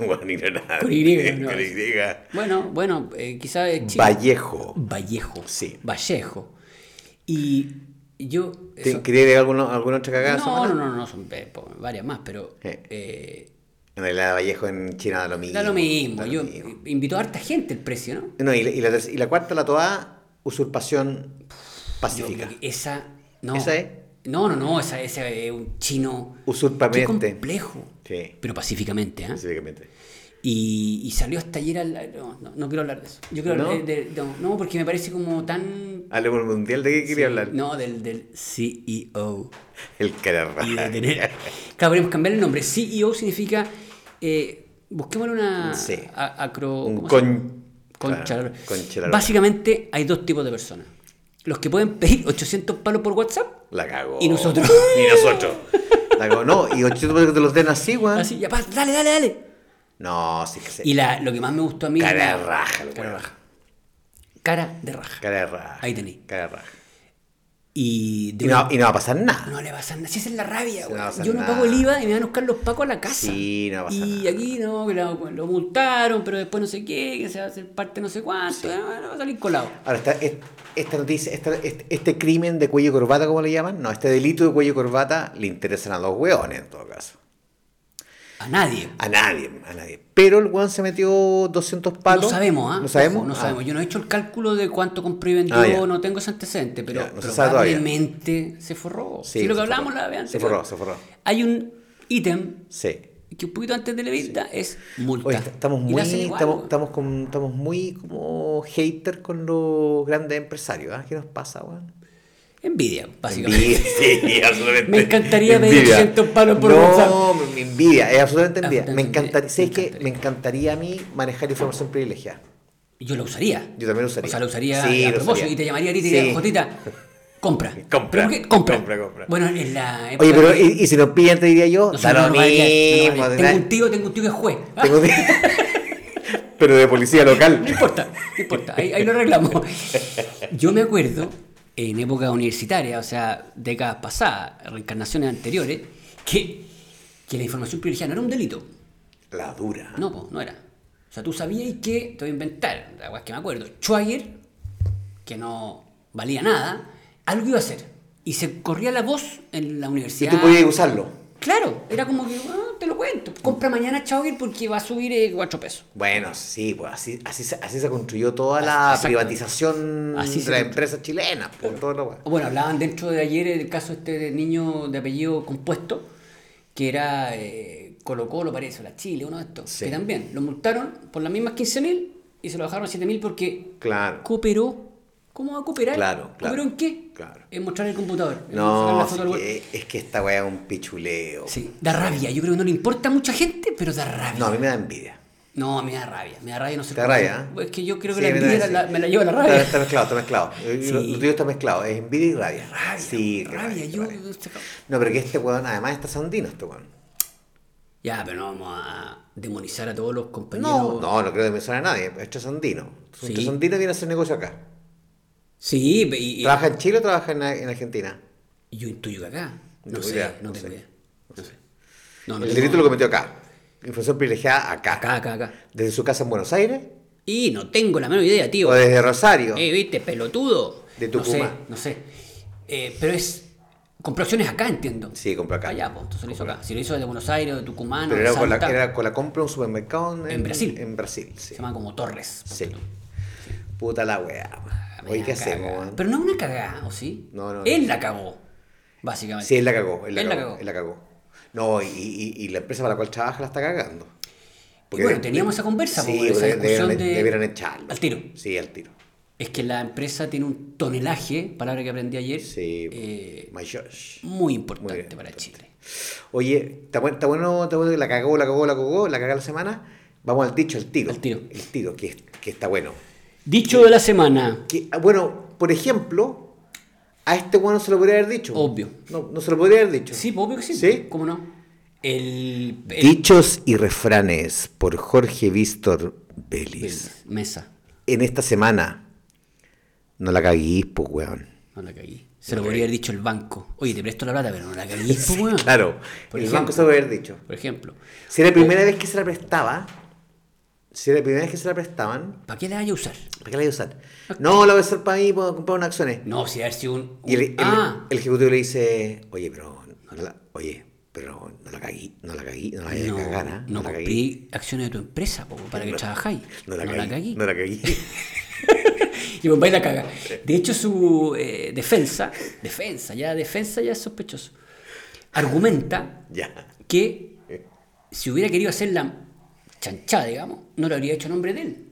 Speaker 1: Ah.
Speaker 2: Weón, ignorante.
Speaker 1: Con Y, no,
Speaker 2: Con
Speaker 1: es-
Speaker 2: Y.
Speaker 1: Bueno, bueno, eh, quizás es chino.
Speaker 2: Vallejo.
Speaker 1: Vallejo.
Speaker 2: Sí.
Speaker 1: Vallejo. Y yo.
Speaker 2: ¿Te-
Speaker 1: eso-
Speaker 2: ¿Quería agregar alguno- alguna otra cagada?
Speaker 1: no,
Speaker 2: Samara?
Speaker 1: no, no, no, son eh, po- varias más, pero.
Speaker 2: Eh.
Speaker 1: eh,
Speaker 2: En realidad, Vallejo en China da lo mismo.
Speaker 1: da lo mismo.
Speaker 2: da lo
Speaker 1: Yo
Speaker 2: mismo.
Speaker 1: invito a harta gente el precio, ¿no?
Speaker 2: No, y, la, y la terc- y la cuarta, la toada, usurpación pacífica.
Speaker 1: Yo- esa. No.
Speaker 2: ¿Esa es?
Speaker 1: No, no, no, esa, esa es un chino. Qué
Speaker 2: Usurpamente.
Speaker 1: complejo.
Speaker 2: Sí,
Speaker 1: Pero pacíficamente, ¿ah?
Speaker 2: pacíficamente.
Speaker 1: Y, y salió hasta ayer al- No, no, no quiero hablar de eso. Yo quiero
Speaker 2: ¿No?
Speaker 1: hablar de- de- no, no, porque me parece como tan
Speaker 2: Hablemos del mundial, ¿de qué quería
Speaker 1: Sí,
Speaker 2: hablar?
Speaker 1: No, del, del CEO.
Speaker 2: El caramba.
Speaker 1: Y de tener- Claro, podemos cambiar el nombre. CEO significa. Eh, busquémosle una.
Speaker 2: Sí.
Speaker 1: a- acro-
Speaker 2: Un
Speaker 1: ¿cómo se llama?
Speaker 2: con-
Speaker 1: Concha.
Speaker 2: claro, concha la lora.
Speaker 1: Básicamente hay dos tipos de personas: los que pueden pedir 800 palos por WhatsApp.
Speaker 2: La cagó.
Speaker 1: Y nosotros.
Speaker 2: Y nosotros. La cagó. No, y 800 que te los den así, weón.
Speaker 1: Así, ya, pa, dale, dale, dale.
Speaker 2: No, sí que se.
Speaker 1: Y la, lo que más me gustó a mí.
Speaker 2: Cara
Speaker 1: era-
Speaker 2: de raja, el
Speaker 1: Cara de
Speaker 2: weón.
Speaker 1: raja. Cara de raja.
Speaker 2: Cara de raja.
Speaker 1: Ahí tení.
Speaker 2: Cara de raja.
Speaker 1: Y de
Speaker 2: Y no, y no va a pasar nada.
Speaker 1: No le va a pasar nada. Si esa es la rabia,
Speaker 2: Sí, no va a
Speaker 1: weón.
Speaker 2: pasar
Speaker 1: Yo no
Speaker 2: nada.
Speaker 1: pago el IVA y me van a buscar los pacos a la casa.
Speaker 2: Sí, no va a pasar
Speaker 1: Y
Speaker 2: nada.
Speaker 1: aquí no, que lo, pues, lo multaron, pero después no sé qué, que se va a hacer parte no sé cuánto, ah, no va a salir colado.
Speaker 2: Ahora, esta, es- esta noticia, esta- este, este crimen de cuello y corbata, como le llaman, no, este delito de cuello y corbata le interesan a los hueones en todo caso.
Speaker 1: A nadie.
Speaker 2: A nadie, a nadie. Pero el hueón se metió 200 palos.
Speaker 1: No sabemos, ¿ah?
Speaker 2: No sabemos.
Speaker 1: Ojo, no
Speaker 2: Ah,
Speaker 1: sabemos. Yo no he hecho el cálculo de cuánto compré y vendió,
Speaker 2: Ah, ya.
Speaker 1: no tengo ese antecedente, pero
Speaker 2: Ya, no se sabe todavía.
Speaker 1: probablemente se forró. Sí,
Speaker 2: Sí,
Speaker 1: lo que
Speaker 2: se
Speaker 1: hablábamos
Speaker 2: forró.
Speaker 1: la vez antes.
Speaker 2: Se forró, se forró.
Speaker 1: Hay un ítem
Speaker 2: Sí.
Speaker 1: que un poquito antes de la venta es multa.
Speaker 2: Oye, est- estamos
Speaker 1: Y la
Speaker 2: muy,
Speaker 1: hacen igual,
Speaker 2: estamos,
Speaker 1: weón.
Speaker 2: estamos, con- estamos muy como hater con los grandes empresarios. ¿ah? ¿Qué nos pasa, weón?
Speaker 1: Envidia, básicamente.
Speaker 2: Envidia, sí, absolutamente.
Speaker 1: Me encantaría pedir 200 palos por
Speaker 2: no,
Speaker 1: WhatsApp.
Speaker 2: me envidia, es absolutamente
Speaker 1: Absolutamente envidia,
Speaker 2: envidia. Me encantaría, ¿sabes
Speaker 1: me
Speaker 2: qué?
Speaker 1: encantaría.
Speaker 2: Me encantaría a mí manejar información privilegiada.
Speaker 1: Yo lo usaría.
Speaker 2: Yo también lo usaría.
Speaker 1: Pues, O sea, lo usaría
Speaker 2: Sí,
Speaker 1: a
Speaker 2: lo
Speaker 1: propósito
Speaker 2: usaría.
Speaker 1: y te llamaría a ti y te
Speaker 2: Sí.
Speaker 1: diría, Jotita, compra.
Speaker 2: Compra,
Speaker 1: ¿Pero por qué? Compra.
Speaker 2: compra, compra.
Speaker 1: Bueno, en la época
Speaker 2: Oye, pero
Speaker 1: que-
Speaker 2: ¿y, y si nos pillan, te diría yo,
Speaker 1: no sé,
Speaker 2: da
Speaker 1: no
Speaker 2: lo
Speaker 1: nos va a pillar, no nos va a pillar.
Speaker 2: mismo. da-
Speaker 1: Tengo un tío, tengo un tío que es juez. Ah,
Speaker 2: tengo un tío- Pero de policía local.
Speaker 1: No importa, no importa, ahí, ahí lo arreglamos. Yo me acuerdo, en época universitaria, o sea, décadas pasadas, reencarnaciones anteriores, que, que la información privilegiada no era un delito.
Speaker 2: La dura.
Speaker 1: No, po, no era. O sea, tú sabías que, te voy a inventar, la verdad es que me acuerdo, Schwager, que no valía nada, algo iba a hacer. Y se corría la voz en la
Speaker 2: Y
Speaker 1: universidad.
Speaker 2: tú podías usarlo.
Speaker 1: Claro, era como que, ah, te lo cuento, compra mañana Schwager porque va a subir eh, cuatro pesos.
Speaker 2: Bueno, sí, pues así, así, se- así se construyó toda la
Speaker 1: Exacto.
Speaker 2: privatización
Speaker 1: Así se
Speaker 2: de las
Speaker 1: construyó.
Speaker 2: empresas chilenas. Por todo lo bueno.
Speaker 1: Bueno, hablaban dentro de ayer el caso este de niño de apellido compuesto, que era eh, Colo Colo, parece, o la Chile, uno de estos,
Speaker 2: Sí.
Speaker 1: que también lo multaron por las mismas 15.000 y se lo bajaron a 7.000 porque
Speaker 2: Claro.
Speaker 1: cooperó. ¿Cómo va a cooperar?
Speaker 2: Claro, claro.
Speaker 1: ¿Cooperó en qué?
Speaker 2: Claro.
Speaker 1: En mostrar el computador. en sacar
Speaker 2: No,
Speaker 1: la foto al
Speaker 2: sí,
Speaker 1: web.
Speaker 2: eh, es que esta weá es un pichuleo.
Speaker 1: Sí, da rabia. Yo creo que no le importa a mucha gente, pero da rabia.
Speaker 2: No,
Speaker 1: No,
Speaker 2: a mí me da envidia.
Speaker 1: a mí me da rabia. Me da rabia no ser
Speaker 2: Te da
Speaker 1: como-
Speaker 2: rabia, ¿eh?
Speaker 1: Es que yo creo que
Speaker 2: Sí,
Speaker 1: la
Speaker 2: me da-
Speaker 1: envidia la-
Speaker 2: sí.
Speaker 1: la- me la lleva la
Speaker 2: Está,
Speaker 1: rabia.
Speaker 2: está mezclado, está mezclado. Eh, Lo,
Speaker 1: Sí.
Speaker 2: lo tuyo está mezclado. Es envidia y rabia.
Speaker 1: Rabia,
Speaker 2: Sí, qué
Speaker 1: rabia.
Speaker 2: qué
Speaker 1: yo...
Speaker 2: rabia. No, pero que este weón, además está sandino este weón.
Speaker 1: Ya, pero no vamos a demonizar a todos los compañeros.
Speaker 2: No, no, no creo que mencionar a nadie. Este es sandino.
Speaker 1: Sí.
Speaker 2: Este sandino viene a hacer negocio acá.
Speaker 1: Sí, pe- y, y-
Speaker 2: ¿Trabaja en Chile o trabaja en, en Argentina?
Speaker 1: y yo intuyo que acá. No,
Speaker 2: No
Speaker 1: sé,
Speaker 2: idea,
Speaker 1: no
Speaker 2: no
Speaker 1: tengo
Speaker 2: sé.
Speaker 1: idea. No sé. No, no
Speaker 2: El
Speaker 1: tengo-
Speaker 2: delito lo cometió acá. Información privilegiada acá.
Speaker 1: Acá, acá, acá.
Speaker 2: Desde su casa en Buenos Aires
Speaker 1: Y no tengo la menor idea, tío.
Speaker 2: o desde Rosario.
Speaker 1: Eh, viste, pelotudo.
Speaker 2: De Tucumán.
Speaker 1: No sé, no sé. Eh, pero es. Compró acciones acá, entiendo.
Speaker 2: Sí, compró acá.
Speaker 1: Allá, pues, entonces lo hizo acá. Si lo hizo desde Buenos Aires, o de Tucumán, o
Speaker 2: Pero
Speaker 1: de
Speaker 2: era con, la,
Speaker 1: Salta,
Speaker 2: era con la compra de un supermercado en,
Speaker 1: En Brasil.
Speaker 2: En Brasil, sí.
Speaker 1: se llama como Torres.
Speaker 2: Sí. Puta la weá.
Speaker 1: Me
Speaker 2: Oye, ¿qué
Speaker 1: da cagada.
Speaker 2: hacemos, weón?
Speaker 1: Pero no es una cagada, ¿o sí?
Speaker 2: No, no,
Speaker 1: Él
Speaker 2: no.
Speaker 1: la cagó, básicamente.
Speaker 2: Sí, él la cagó. Él la,
Speaker 1: Él la
Speaker 2: cagó,
Speaker 1: cagó.
Speaker 2: Él la cagó. No, y, y- y la empresa para la cual trabaja la está cagando.
Speaker 1: Y bueno, teníamos esa conversa,
Speaker 2: sí,
Speaker 1: po, esa
Speaker 2: de-
Speaker 1: discusión
Speaker 2: debieron-
Speaker 1: de-
Speaker 2: debieron echarlo.
Speaker 1: Al tiro.
Speaker 2: Sí, al tiro.
Speaker 1: Es que la empresa tiene un tonelaje, palabra que aprendí ayer,
Speaker 2: Sí.
Speaker 1: eh,
Speaker 2: My Josh.
Speaker 1: muy
Speaker 2: Muy
Speaker 1: importante
Speaker 2: bien,
Speaker 1: para Chile.
Speaker 2: Oye, ¿está bueno, está bueno, está bueno que la cagó, la cagó, la cagó, la cagó la semana? Vamos al dicho, el tiro.
Speaker 1: Al tiro.
Speaker 2: El tiro, que, que está bueno.
Speaker 1: Dicho de la semana,
Speaker 2: Que, ah, bueno, por ejemplo, a este bueno se lo podría haber dicho.
Speaker 1: Obvio.
Speaker 2: No, no se lo podría haber dicho.
Speaker 1: sí, eh. pues, obvio que sí,
Speaker 2: ¿Sí?
Speaker 1: ¿cómo no? El, el-
Speaker 2: Dichos y refranes por Jorge Víctor Vélez.
Speaker 1: Mesa,
Speaker 2: En esta semana, no la caguís, pues, weón.
Speaker 1: no la cagué. Se lo podría haber dicho el banco. Oye, te presto la plata, pero no la cagué, po, weón.
Speaker 2: Claro,
Speaker 1: Por
Speaker 2: el
Speaker 1: ejemplo.
Speaker 2: banco se lo podría haber dicho.
Speaker 1: Por ejemplo,
Speaker 2: Si era la primera vez que se la prestaba, si era la primera vez que se la prestaban,
Speaker 1: ¿para qué la vaya a usar?
Speaker 2: ¿para qué la voy a usar? No, la voy a usar para mí, para comprar unas acciones.
Speaker 1: No, si haber sido un...
Speaker 2: Y el, el-
Speaker 1: ah,
Speaker 2: el ejecutivo le dice, oye, pero no la, oye, pero no la caguí, no la caguí, no la vayas
Speaker 1: no,
Speaker 2: a cagar, ¿ah?
Speaker 1: no
Speaker 2: la
Speaker 1: compré
Speaker 2: caguí,
Speaker 1: acciones de tu empresa, po, para que trabajáis.
Speaker 2: no la caguí, no la caguí.
Speaker 1: Y Bombay la caga. De hecho, su eh, defensa, defensa, ya defensa ya es sospechoso, argumenta
Speaker 2: Ya.
Speaker 1: que
Speaker 2: Eh.
Speaker 1: si hubiera querido hacer la chanchada, digamos, no lo habría hecho a nombre de él.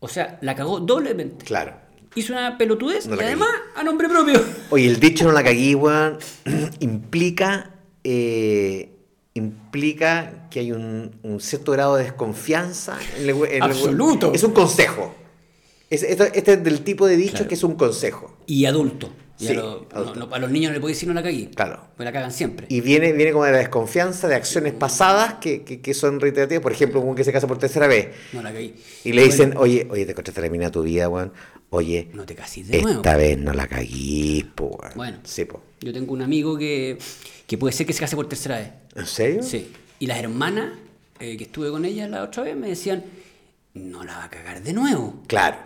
Speaker 1: O sea, la cagó doblemente.
Speaker 2: Claro.
Speaker 1: Hizo una pelotudez
Speaker 2: No
Speaker 1: y
Speaker 2: la cagué.
Speaker 1: además a nombre propio.
Speaker 2: Oye, el dicho no la cagué, weón, implica, eh, implica que hay un, un cierto grado de desconfianza. En el we- en el we-
Speaker 1: Absoluto.
Speaker 2: es un consejo. Es- esto- este es del tipo de dicho
Speaker 1: Claro.
Speaker 2: que es un consejo.
Speaker 1: Y adulto. Y a,
Speaker 2: Sí,
Speaker 1: lo- no-
Speaker 2: adulto.
Speaker 1: no- a los niños no le puede decir no la cagué.
Speaker 2: Claro.
Speaker 1: Pues la cagan siempre.
Speaker 2: Y viene, viene como de la desconfianza de acciones pasadas que, que- que son reiterativas. Por ejemplo, un que se casa por tercera vez
Speaker 1: No la cagué.
Speaker 2: y le dicen, oye, oye, te encontraste la mina de tu vida, weón. Oye,
Speaker 1: No te cases de nuevo.
Speaker 2: esta vez no la caguís, po, weón.
Speaker 1: Bueno.
Speaker 2: Sí, po.
Speaker 1: Yo tengo un amigo que, que puede ser que se case por tercera vez.
Speaker 2: ¿En serio?
Speaker 1: Sí. Y las hermanas eh, que estuve con ellas la otra vez me decían, no la va a cagar de nuevo.
Speaker 2: Claro,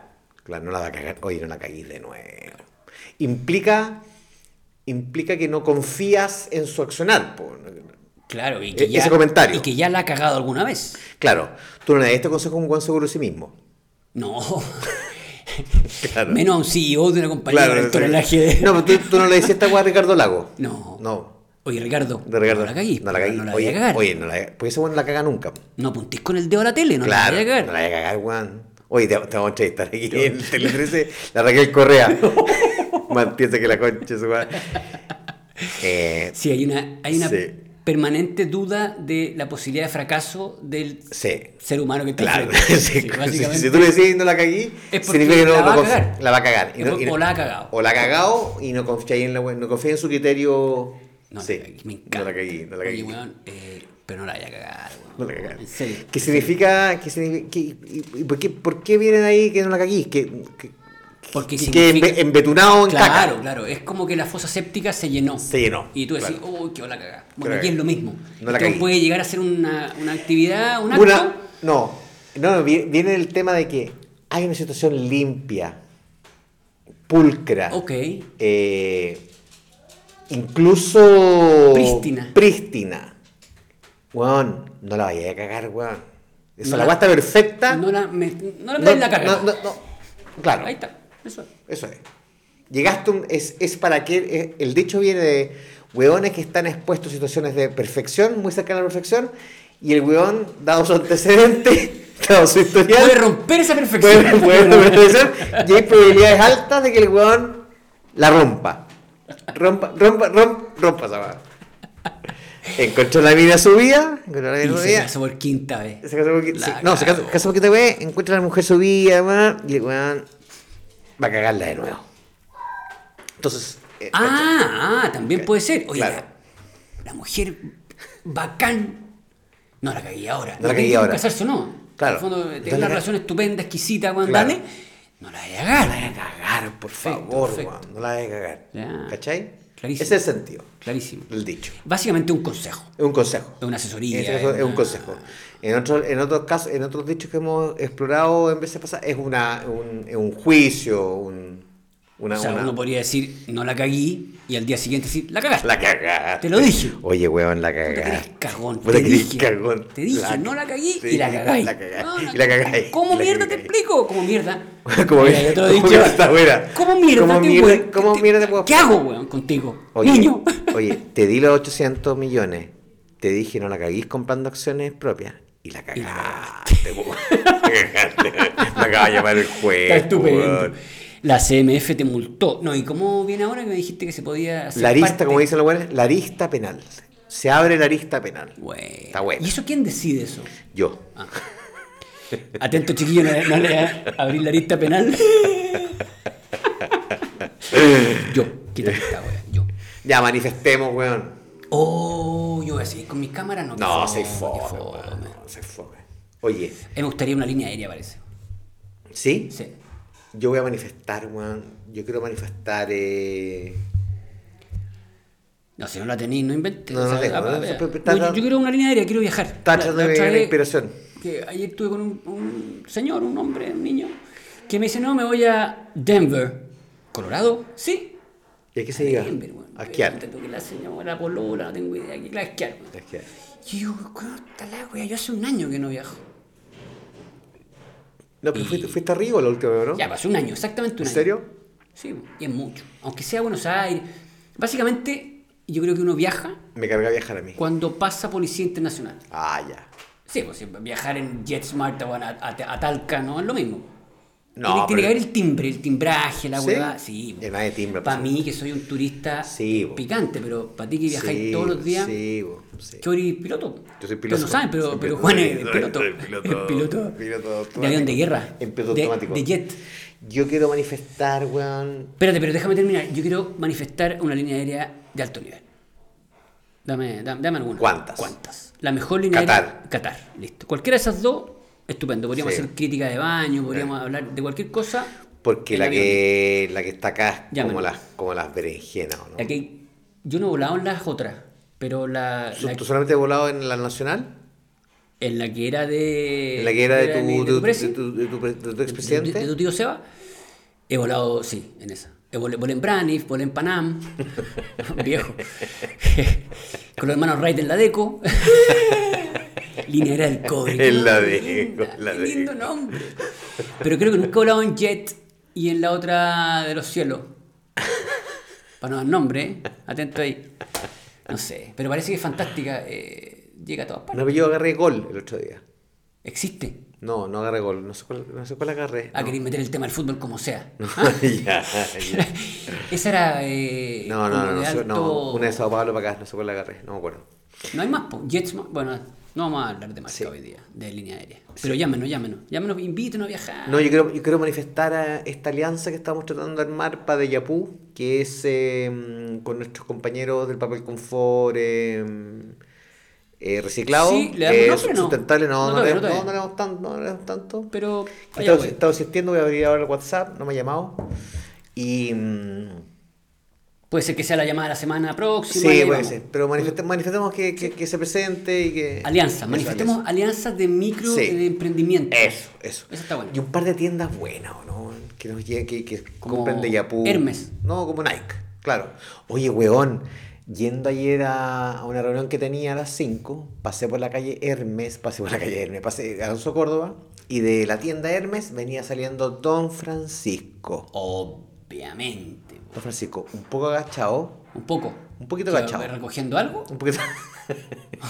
Speaker 2: claro, no la va a cagar. Oye, no la caguís de nuevo. Implica, implica que no confías en su accionar. po.
Speaker 1: Claro, y que,
Speaker 2: E-
Speaker 1: ya,
Speaker 2: ese comentario.
Speaker 1: y que ya la ha cagado alguna vez.
Speaker 2: Claro, tú no le das este consejo a un buen seguro de sí mismo.
Speaker 1: No.
Speaker 2: Claro.
Speaker 1: Menos a un CEO de una compañía
Speaker 2: Claro,
Speaker 1: con el
Speaker 2: sí.
Speaker 1: tonelaje de-
Speaker 2: No, pues, pero tú, tú no le decías esta weá a Ricardo Lago.
Speaker 1: No.
Speaker 2: No.
Speaker 1: Oye, Ricardo,
Speaker 2: De Ricardo.
Speaker 1: no la caguís.
Speaker 2: No la
Speaker 1: pero
Speaker 2: caguís.
Speaker 1: No la
Speaker 2: oye,
Speaker 1: vayas a cagar.
Speaker 2: oye, no la Porque ese weón no la caga nunca.
Speaker 1: No apuntís con el dedo a la tele, no
Speaker 2: claro.
Speaker 1: la vayas a cagar.
Speaker 2: No la vaya a cagar, weón. Oye, te, te vamos a entrevistar aquí en el Tele 13, la Raquel Correa. Más piensa que la concha, su weón. Eh,
Speaker 1: Sí, hay una, hay una
Speaker 2: Sí.
Speaker 1: permanente duda de la posibilidad de fracaso del
Speaker 2: sí.
Speaker 1: ser humano que está
Speaker 2: Claro,
Speaker 1: enfrente.
Speaker 2: sí,
Speaker 1: Sí,
Speaker 2: si,
Speaker 1: básicamente.
Speaker 2: si tú le decís no la caguí,
Speaker 1: Es porque
Speaker 2: significa que no,
Speaker 1: la
Speaker 2: no
Speaker 1: va a
Speaker 2: confi-
Speaker 1: cagar.
Speaker 2: la va a cagar.
Speaker 1: Es porque- o la ha cagado.
Speaker 2: O la ha cagado y no confía en, la, we- no confía en su criterio
Speaker 1: No,
Speaker 2: Sí,
Speaker 1: la cagué, me
Speaker 2: no la
Speaker 1: encanta.
Speaker 2: cagué, no la
Speaker 1: Oye,
Speaker 2: cagué.
Speaker 1: weón, eh, pero no la vaya a cagar, weón.
Speaker 2: No la cagaron.
Speaker 1: En serio.
Speaker 2: ¿Qué significa? ¿Qué significa- qué- y- y por, qué, por qué vienen ahí que no la caguís? Que, que,
Speaker 1: Porque
Speaker 2: que quede
Speaker 1: significa-
Speaker 2: embe- embetunado en
Speaker 1: claro,
Speaker 2: caca.
Speaker 1: claro. Es como que la fosa séptica se llenó.
Speaker 2: Se llenó,
Speaker 1: Y tú decís,
Speaker 2: claro.
Speaker 1: uy, qué hola cagada. Bueno,
Speaker 2: Claro.
Speaker 1: aquí es lo mismo.
Speaker 2: No la
Speaker 1: Entonces
Speaker 2: cagué.
Speaker 1: puede llegar a ser una, una actividad, un acto.
Speaker 2: Una, no, no, no, vi- viene el tema de que hay una situación limpia, pulcra,
Speaker 1: Ok.
Speaker 2: eh, incluso
Speaker 1: Prístina.
Speaker 2: prístina. Weón, no la vayas a cagar, weón. Eso,
Speaker 1: No
Speaker 2: la
Speaker 1: la-
Speaker 2: weá está perfecta.
Speaker 1: No la, me, no la metáis en la caga.
Speaker 2: no, no, no. Claro.
Speaker 1: Ahí está. Eso es.
Speaker 2: Eso es. Llegaste un- es, es para que eh, el dicho viene de hueones que están expuestos a situaciones de perfección, muy cercana a la perfección, y el hueón, dado su antecedente, dado su
Speaker 1: Puede
Speaker 2: historial,
Speaker 1: romper esa perfección.
Speaker 2: puede, puede permanecer, y hay probabilidades altas de que el hueón la rompa. Rompa, rompa, rompa, rompa esa weá. Encontró la mina subida, encontró la
Speaker 1: Y
Speaker 2: mina
Speaker 1: se
Speaker 2: subida,
Speaker 1: casó por quinta vez.
Speaker 2: se casó porque,
Speaker 1: La
Speaker 2: se- no, se casó,
Speaker 1: cagó.
Speaker 2: casó porque te ve, encuentra a la mujer subida, weón, y el weón va a cagarla de nuevo. Entonces, eh,
Speaker 1: Ah, ah, también puede ser. Oye,
Speaker 2: Claro.
Speaker 1: la, la mujer bacán. No la cagué ahora.
Speaker 2: No
Speaker 1: tiene
Speaker 2: la cagué
Speaker 1: que
Speaker 2: ahora.
Speaker 1: Casarse o no.
Speaker 2: Claro.
Speaker 1: En el fondo,
Speaker 2: No
Speaker 1: tener
Speaker 2: la
Speaker 1: una
Speaker 2: ca-
Speaker 1: relación estupenda, exquisita, cuando
Speaker 2: Claro.
Speaker 1: dale. No la voy a cagar.
Speaker 2: cacha- va a cagar, por
Speaker 1: Perfecto,
Speaker 2: favor,
Speaker 1: perfecto.
Speaker 2: weón, no la vayas a cagar.
Speaker 1: Ya.
Speaker 2: ¿Cachai?
Speaker 1: Clarísimo.
Speaker 2: Ese es el sentido
Speaker 1: Clarísimo.
Speaker 2: del dicho.
Speaker 1: Básicamente un consejo.
Speaker 2: Es un consejo.
Speaker 1: Es una asesoría.
Speaker 2: En este caso, es un
Speaker 1: una-
Speaker 2: consejo. En, otro- en otros casos, en otros dichos que hemos explorado en veces pasadas, es una, un, es un juicio, un, una,
Speaker 1: O sea,
Speaker 2: una-
Speaker 1: uno podría decir, no la cagué, y al día siguiente decir, la cagaste.
Speaker 2: La cagaste.
Speaker 1: Te lo dije.
Speaker 2: Oye, weón, la
Speaker 1: Puta que eres
Speaker 2: cagaste.
Speaker 1: cagón,
Speaker 2: Puta
Speaker 1: te
Speaker 2: que eres
Speaker 1: dije,
Speaker 2: cagón.
Speaker 1: te dije,
Speaker 2: La-
Speaker 1: no la cagué
Speaker 2: Sí,
Speaker 1: y la cagáis.
Speaker 2: La cagáis.
Speaker 1: No, no,
Speaker 2: y la cagáis.
Speaker 1: ¿Cómo
Speaker 2: La
Speaker 1: mierda te
Speaker 2: cagáis.
Speaker 1: explico? ¿Cómo mierda?
Speaker 2: Como
Speaker 1: Mira,
Speaker 2: mierda,
Speaker 1: yo te lo he
Speaker 2: como
Speaker 1: dicho.
Speaker 2: mierda, mira.
Speaker 1: ¿Cómo mierda
Speaker 2: Como
Speaker 1: te-
Speaker 2: mierda-
Speaker 1: weón?
Speaker 2: como
Speaker 1: ¿Qué-
Speaker 2: mierda te puedo
Speaker 1: ¿Qué hago, weón, contigo?
Speaker 2: Oye,
Speaker 1: Niño.
Speaker 2: oye, te di los 800 millones. Te dije, no la caguís comprando acciones propias. Y la
Speaker 1: la
Speaker 2: cagaste, weón. La cagaste. Me acaba de llamar el juez.
Speaker 1: Está estupendo.
Speaker 2: weón.
Speaker 1: La CMF te multó. No, ¿y cómo viene ahora que me dijiste que se podía hacer
Speaker 2: La
Speaker 1: parte?
Speaker 2: arista, como dicen los buenos, la arista penal. Se abre la arista penal.
Speaker 1: Bueno.
Speaker 2: Está bueno.
Speaker 1: ¿Y eso quién decide eso?
Speaker 2: Yo.
Speaker 1: Ah. Atento, chiquillo, no, le- no le abrir la lista penal. yo, quítate esta wea, yo.
Speaker 2: Ya manifestemos, weón.
Speaker 1: Oh, yo voy a seguir con mi cámara, no.
Speaker 2: No,
Speaker 1: qué
Speaker 2: se
Speaker 1: fome,
Speaker 2: fome,
Speaker 1: qué
Speaker 2: weón,
Speaker 1: fome.
Speaker 2: no, se fome. Oye,
Speaker 1: A mí me gustaría una línea aérea, parece.
Speaker 2: ¿sí?
Speaker 1: Sí.
Speaker 2: Yo voy a manifestar, weón. Yo quiero manifestar. Eh...
Speaker 1: No, si no la tenéis, no inventes.
Speaker 2: No, no tengo,
Speaker 1: ah,
Speaker 2: no,
Speaker 1: ah,
Speaker 2: eso,
Speaker 1: ah.
Speaker 2: pero está-
Speaker 1: Oye, yo, quiero una línea aérea, quiero viajar.
Speaker 2: Estaba tratando
Speaker 1: La-
Speaker 2: de
Speaker 1: la otra
Speaker 2: llegar la
Speaker 1: vez
Speaker 2: inspiración.
Speaker 1: Que ayer estuve con un, un señor, un hombre, un niño, que me dice, no, me voy a Denver. ¿Colorado? Sí.
Speaker 2: ¿Y a qué se diga?
Speaker 1: Denver, weón.
Speaker 2: A esquiar.
Speaker 1: Tanto que la señora polola, no tengo idea. Que la esquiar, weón.
Speaker 2: A esquiar.
Speaker 1: Y yo digo, ¿cómo está la wea? Yo hace un año que no viajo.
Speaker 2: No, pero
Speaker 1: Y-
Speaker 2: fuiste, fuiste arriba la última vez, ¿no?
Speaker 1: Ya, pasó un año, exactamente un
Speaker 2: ¿En
Speaker 1: año.
Speaker 2: serio?
Speaker 1: Sí, y es mucho. Aunque sea Buenos Aires. Básicamente, yo creo que uno viaja
Speaker 2: Me carga viajar a mí.
Speaker 1: cuando pasa Policía Internacional.
Speaker 2: Ah, ya.
Speaker 1: Sí, pues si viajar en JetSmart o a, a- a Talca no es lo mismo.
Speaker 2: No,
Speaker 1: tiene, tiene
Speaker 2: pero-
Speaker 1: que haber el timbre, el timbraje, la
Speaker 2: ¿Sí?
Speaker 1: huevada. Sí,
Speaker 2: Y además de timbre,
Speaker 1: Para
Speaker 2: pues.
Speaker 1: mí, que soy un turista
Speaker 2: Sí, po.
Speaker 1: picante, pero para ti que viajáis
Speaker 2: Sí,
Speaker 1: todos los días,
Speaker 2: Sí, bo, sí.
Speaker 1: que eres piloto.
Speaker 2: Yo soy
Speaker 1: Ustedes
Speaker 2: piloto.
Speaker 1: no saben, pero,
Speaker 2: Soy
Speaker 1: pero
Speaker 2: piloto.
Speaker 1: Juan es
Speaker 2: Soy-
Speaker 1: piloto.
Speaker 2: soy piloto-
Speaker 1: es piloto.
Speaker 2: piloto automático.
Speaker 1: de avión de guerra.
Speaker 2: En piloto
Speaker 1: de,
Speaker 2: automático.
Speaker 1: de jet.
Speaker 2: Yo quiero manifestar, weón.
Speaker 1: Espérate, pero déjame terminar. Yo quiero manifestar una línea aérea de alto nivel. Dame, dame, dame alguna.
Speaker 2: ¿Cuántas?
Speaker 1: ¿Cuántas? La mejor línea
Speaker 2: Qatar.
Speaker 1: aérea. Qatar. Listo. Cualquiera de esas dos, estupendo. Podríamos
Speaker 2: Sí.
Speaker 1: hacer crítica de baño, podríamos hablar de cualquier cosa.
Speaker 2: Porque
Speaker 1: En
Speaker 2: la
Speaker 1: avión.
Speaker 2: que, la que está acá es
Speaker 1: Llámame.
Speaker 2: como las, como las berenjenas, ¿o ¿no?
Speaker 1: La que- yo no he volado en las otras, pero la,
Speaker 2: ¿Tú-
Speaker 1: la-
Speaker 2: ¿Tú solamente has volado en la nacional?
Speaker 1: en la que era Eh, de.
Speaker 2: ¿En la que era de
Speaker 1: mi-
Speaker 2: tu, de tu-
Speaker 1: presi,
Speaker 2: de tu- de tu pre- de tu
Speaker 1: de- de- de tu
Speaker 2: expresidente?
Speaker 1: tío Seba, he volado, sí, en esa. He vol- Volé en Braniff, volé en Panam, viejo. Con los hermanos Wright en la Deco. Línea era del cobre. qué
Speaker 2: En la
Speaker 1: nombre,
Speaker 2: Deco,
Speaker 1: linda,
Speaker 2: la
Speaker 1: qué lindo
Speaker 2: Deco.
Speaker 1: nombre. Pero creo que nunca he volado en Jet y en la otra de los cielos. Para no dar nombre, ¿eh? atento ahí. No sé, pero parece que es fantástica. eh, llega a todas partes.
Speaker 2: No, pero yo agarré gol el otro día.
Speaker 1: Existe.
Speaker 2: No, no agarré gol. No sé cuál, no sé cuál agarré.
Speaker 1: Ah, queréis meter el tema del fútbol como sea.
Speaker 2: ya, ya.
Speaker 1: Esa era. eh,
Speaker 2: No, no,
Speaker 1: como
Speaker 2: no,
Speaker 1: de
Speaker 2: no, sé- no,
Speaker 1: alto-
Speaker 2: Una de Sao Paulo para acá, no sé cuál la agarré, no me acuerdo.
Speaker 1: No hay más, po. Jetsma- bueno, No vamos a hablar de marca
Speaker 2: Sí.
Speaker 1: hoy día, de línea aérea. Pero llámenos, llámenos. Llámenos, invítenos a viajar.
Speaker 2: No, yo quiero, yo quiero manifestar a esta alianza que estamos tratando de armar para Yapú, que es eh, mm, con nuestros compañeros del Papel Confort eh, mm, eh, reciclado,
Speaker 1: Sí, ¿le damos
Speaker 2: eh,
Speaker 1: nombre o no?
Speaker 2: sustentable, no,
Speaker 1: No
Speaker 2: no,
Speaker 1: todavía,
Speaker 2: le,
Speaker 1: no todavía.
Speaker 2: no, no le damos tan- no le damos tanto.
Speaker 1: Pero
Speaker 2: He
Speaker 1: allá
Speaker 2: estado,
Speaker 1: voy.
Speaker 2: he estado asistiendo, voy a abrir ahora el WhatsApp, no me ha llamado. Y mm,
Speaker 1: puede ser que sea la llamada de la semana próxima.
Speaker 2: sí,
Speaker 1: y ahí
Speaker 2: puede
Speaker 1: vamos.
Speaker 2: ser, pero manifeste- manifestemos que, que- que se presente y que...
Speaker 1: Alianzas,
Speaker 2: Eso,
Speaker 1: manifestemos
Speaker 2: alianza.
Speaker 1: alianzas de micro
Speaker 2: Sí.
Speaker 1: eh, de emprendimiento.
Speaker 2: Eso, eso.
Speaker 1: Eso está bueno.
Speaker 2: Y un par de tiendas buenas, ¿o ¿no? Que nos llegue, que, que
Speaker 1: Como
Speaker 2: compren de Yapú.
Speaker 1: Hermes.
Speaker 2: No, como Nike, claro. Oye, weón, yendo ayer a, a una reunión que tenía a las 5, pasé por la calle Hermes, pasé por la calle Hermes, pasé a Alonso Córdoba, y de la tienda Hermes venía saliendo Don Francisco.
Speaker 1: Obviamente.
Speaker 2: Don Francisco, un poco agachado,
Speaker 1: Un poco.
Speaker 2: un poquito
Speaker 1: ¿Que
Speaker 2: agachado.
Speaker 1: va ¿Recogiendo algo?
Speaker 2: Un poquito...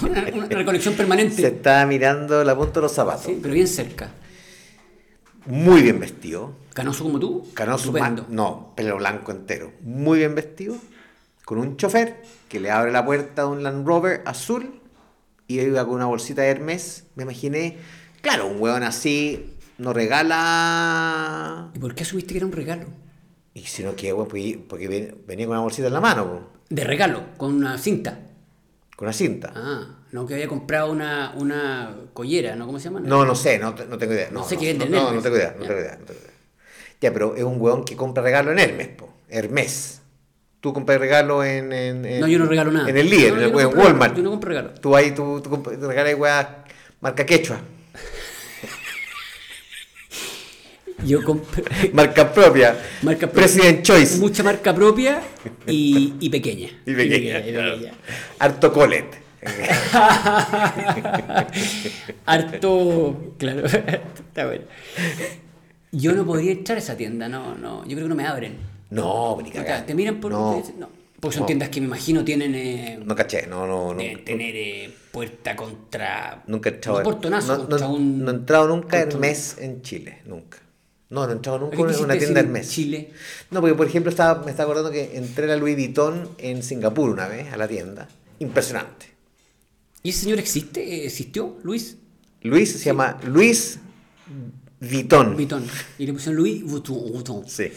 Speaker 1: Una, una recolección permanente.
Speaker 2: Se estaba mirando la punta de los zapatos.
Speaker 1: Sí, pero bien cerca.
Speaker 2: Muy bien vestido.
Speaker 1: Canoso como tú.
Speaker 2: Canoso,
Speaker 1: estupendo.
Speaker 2: ma- no, pelo blanco entero. Muy bien vestido, con un chofer que le abre la puerta de un Land Rover azul y él iba con una bolsita de Hermes. Me imaginé, claro, un hueón así no regala.
Speaker 1: ¿Y por qué asumiste que era un regalo?
Speaker 2: Y si no, qué hueón, porque, porque ven- venía con una bolsita en la mano, po,
Speaker 1: De regalo, con una cinta.
Speaker 2: con una cinta.
Speaker 1: Ah, no que había comprado una, una collera, ¿no? ¿Cómo se llama?
Speaker 2: No, no sé, no, te- no tengo idea. No,
Speaker 1: No sé
Speaker 2: no,
Speaker 1: qué vende en
Speaker 2: no,
Speaker 1: Hermes.
Speaker 2: no tengo idea, no
Speaker 1: Ya.
Speaker 2: tengo idea, no tengo idea. Ya, pero es un hueón que compra regalo en Hermes, po. Hermes. Tú compras regalo en, en- en-
Speaker 1: No, yo no regalo nada.
Speaker 2: En el líder,
Speaker 1: No,
Speaker 2: en
Speaker 1: yo
Speaker 2: el
Speaker 1: no
Speaker 2: en
Speaker 1: compro regalo,
Speaker 2: Walmart.
Speaker 1: Yo no compro regalo.
Speaker 2: Tú ahí, tú, tú comp- te regalas weas marca quechua,
Speaker 1: Yo compro
Speaker 2: marca propia,
Speaker 1: Marca propia.
Speaker 2: President Choice
Speaker 1: mucha marca propia y, y pequeña.
Speaker 2: y pequeña.
Speaker 1: Y pequeña.
Speaker 2: Harto colet.
Speaker 1: Harto. Claro, está bueno. Yo no podría entrar a esa tienda, no, no. Yo creo que no me abren.
Speaker 2: No, ni
Speaker 1: Acá,
Speaker 2: cagando.
Speaker 1: te miran por.
Speaker 2: No,
Speaker 1: te dicen- no. Porque son
Speaker 2: No.
Speaker 1: tiendas que me imagino tienen. eh,
Speaker 2: no caché, no, no, no.
Speaker 1: deben tener eh, puerta contra.
Speaker 2: Nunca he entrado
Speaker 1: un portonazo
Speaker 2: no,
Speaker 1: contra
Speaker 2: no-
Speaker 1: un.
Speaker 2: no he entrado nunca
Speaker 1: contra un-
Speaker 2: Hermes en Chile, nunca. No, no he entrado
Speaker 1: ¿Qué
Speaker 2: nunca en
Speaker 1: quisiste
Speaker 2: una
Speaker 1: decir
Speaker 2: tienda
Speaker 1: en
Speaker 2: Hermes.
Speaker 1: Chile.
Speaker 2: No, porque por ejemplo estaba, me estaba acordando que entré a la Louis Vuitton en Singapur una vez a la tienda. Impresionante.
Speaker 1: ¿Y ese señor existe? Eh, ¿Existió, Luis?
Speaker 2: Luis se llama Luis Vuitton.
Speaker 1: Vuitton. Y le pusieron Luis Vuitton. Vuitton.
Speaker 2: Sí,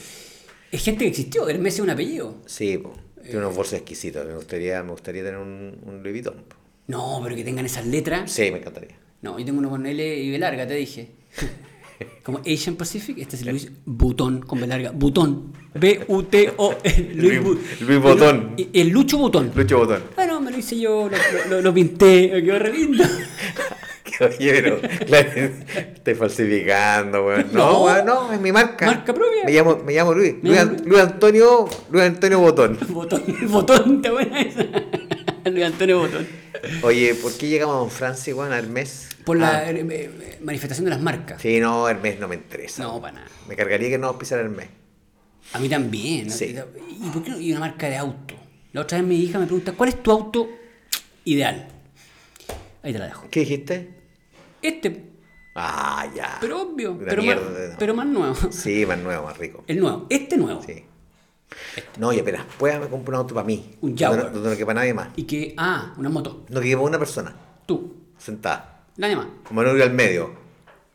Speaker 1: Es gente que existió, Hermes es un apellido.
Speaker 2: sí, po. tiene unos bolsos exquisitos. Me gustaría, me gustaría tener un, un Louis Vuitton. po.
Speaker 1: No, pero que tengan esas letras.
Speaker 2: Sí, me encantaría.
Speaker 1: No, yo tengo uno con L y B larga, te dije. Como Asian Pacific, este
Speaker 2: Eh.
Speaker 1: es Luis Butón, con B larga. Butón. B-U-T-O-N. Luis, Bu-
Speaker 2: Luis- Luis Butón.
Speaker 1: El, el Lucho Butón.
Speaker 2: Lucho Botón.
Speaker 1: Bueno, me lo hice yo, lo, lo- lo- lo pinté, me quedó re lindo.
Speaker 2: Oye, pero claro, estoy falsificando, weón. No,
Speaker 1: No.
Speaker 2: weón, no, es mi marca.
Speaker 1: Marca propia.
Speaker 2: Me llamo, me llamo Luis.
Speaker 1: Me
Speaker 2: Luis,
Speaker 1: llamo
Speaker 2: An-
Speaker 1: Luis.
Speaker 2: Luis Antonio, Luis Antonio Botón.
Speaker 1: Botón, Botón, está buena esa. Luis Antonio Botón.
Speaker 2: Oye, ¿por qué llegamos a Don Francis, weón, a Hermes?
Speaker 1: Por la
Speaker 2: Ah,
Speaker 1: eh, eh, manifestación de las marcas.
Speaker 2: sí, no, Hermes no me interesa.
Speaker 1: No, para nada.
Speaker 2: Me cargaría que no auspiciara Hermes.
Speaker 1: A mí también. ¿no?
Speaker 2: Sí.
Speaker 1: ¿Y por qué no? Y una marca de auto. La otra vez mi hija me pregunta, ¿cuál es tu auto ideal? Ahí te la dejo.
Speaker 2: ¿Qué dijiste?
Speaker 1: Este,
Speaker 2: Ah, ya.
Speaker 1: pero obvio,
Speaker 2: Una
Speaker 1: pero más,
Speaker 2: mierda, no.
Speaker 1: pero más nuevo.
Speaker 2: Sí, más nuevo, más rico.
Speaker 1: El nuevo, este nuevo.
Speaker 2: Sí. No, y apenas pueda me compro un auto para mí.
Speaker 1: Un
Speaker 2: Donde
Speaker 1: Jaguar.
Speaker 2: no- Donde no quepa nadie más.
Speaker 1: Y que, ah, una moto.
Speaker 2: No que quepa una persona
Speaker 1: Tú,
Speaker 2: sentada.
Speaker 1: nadie más.
Speaker 2: Como no al medio.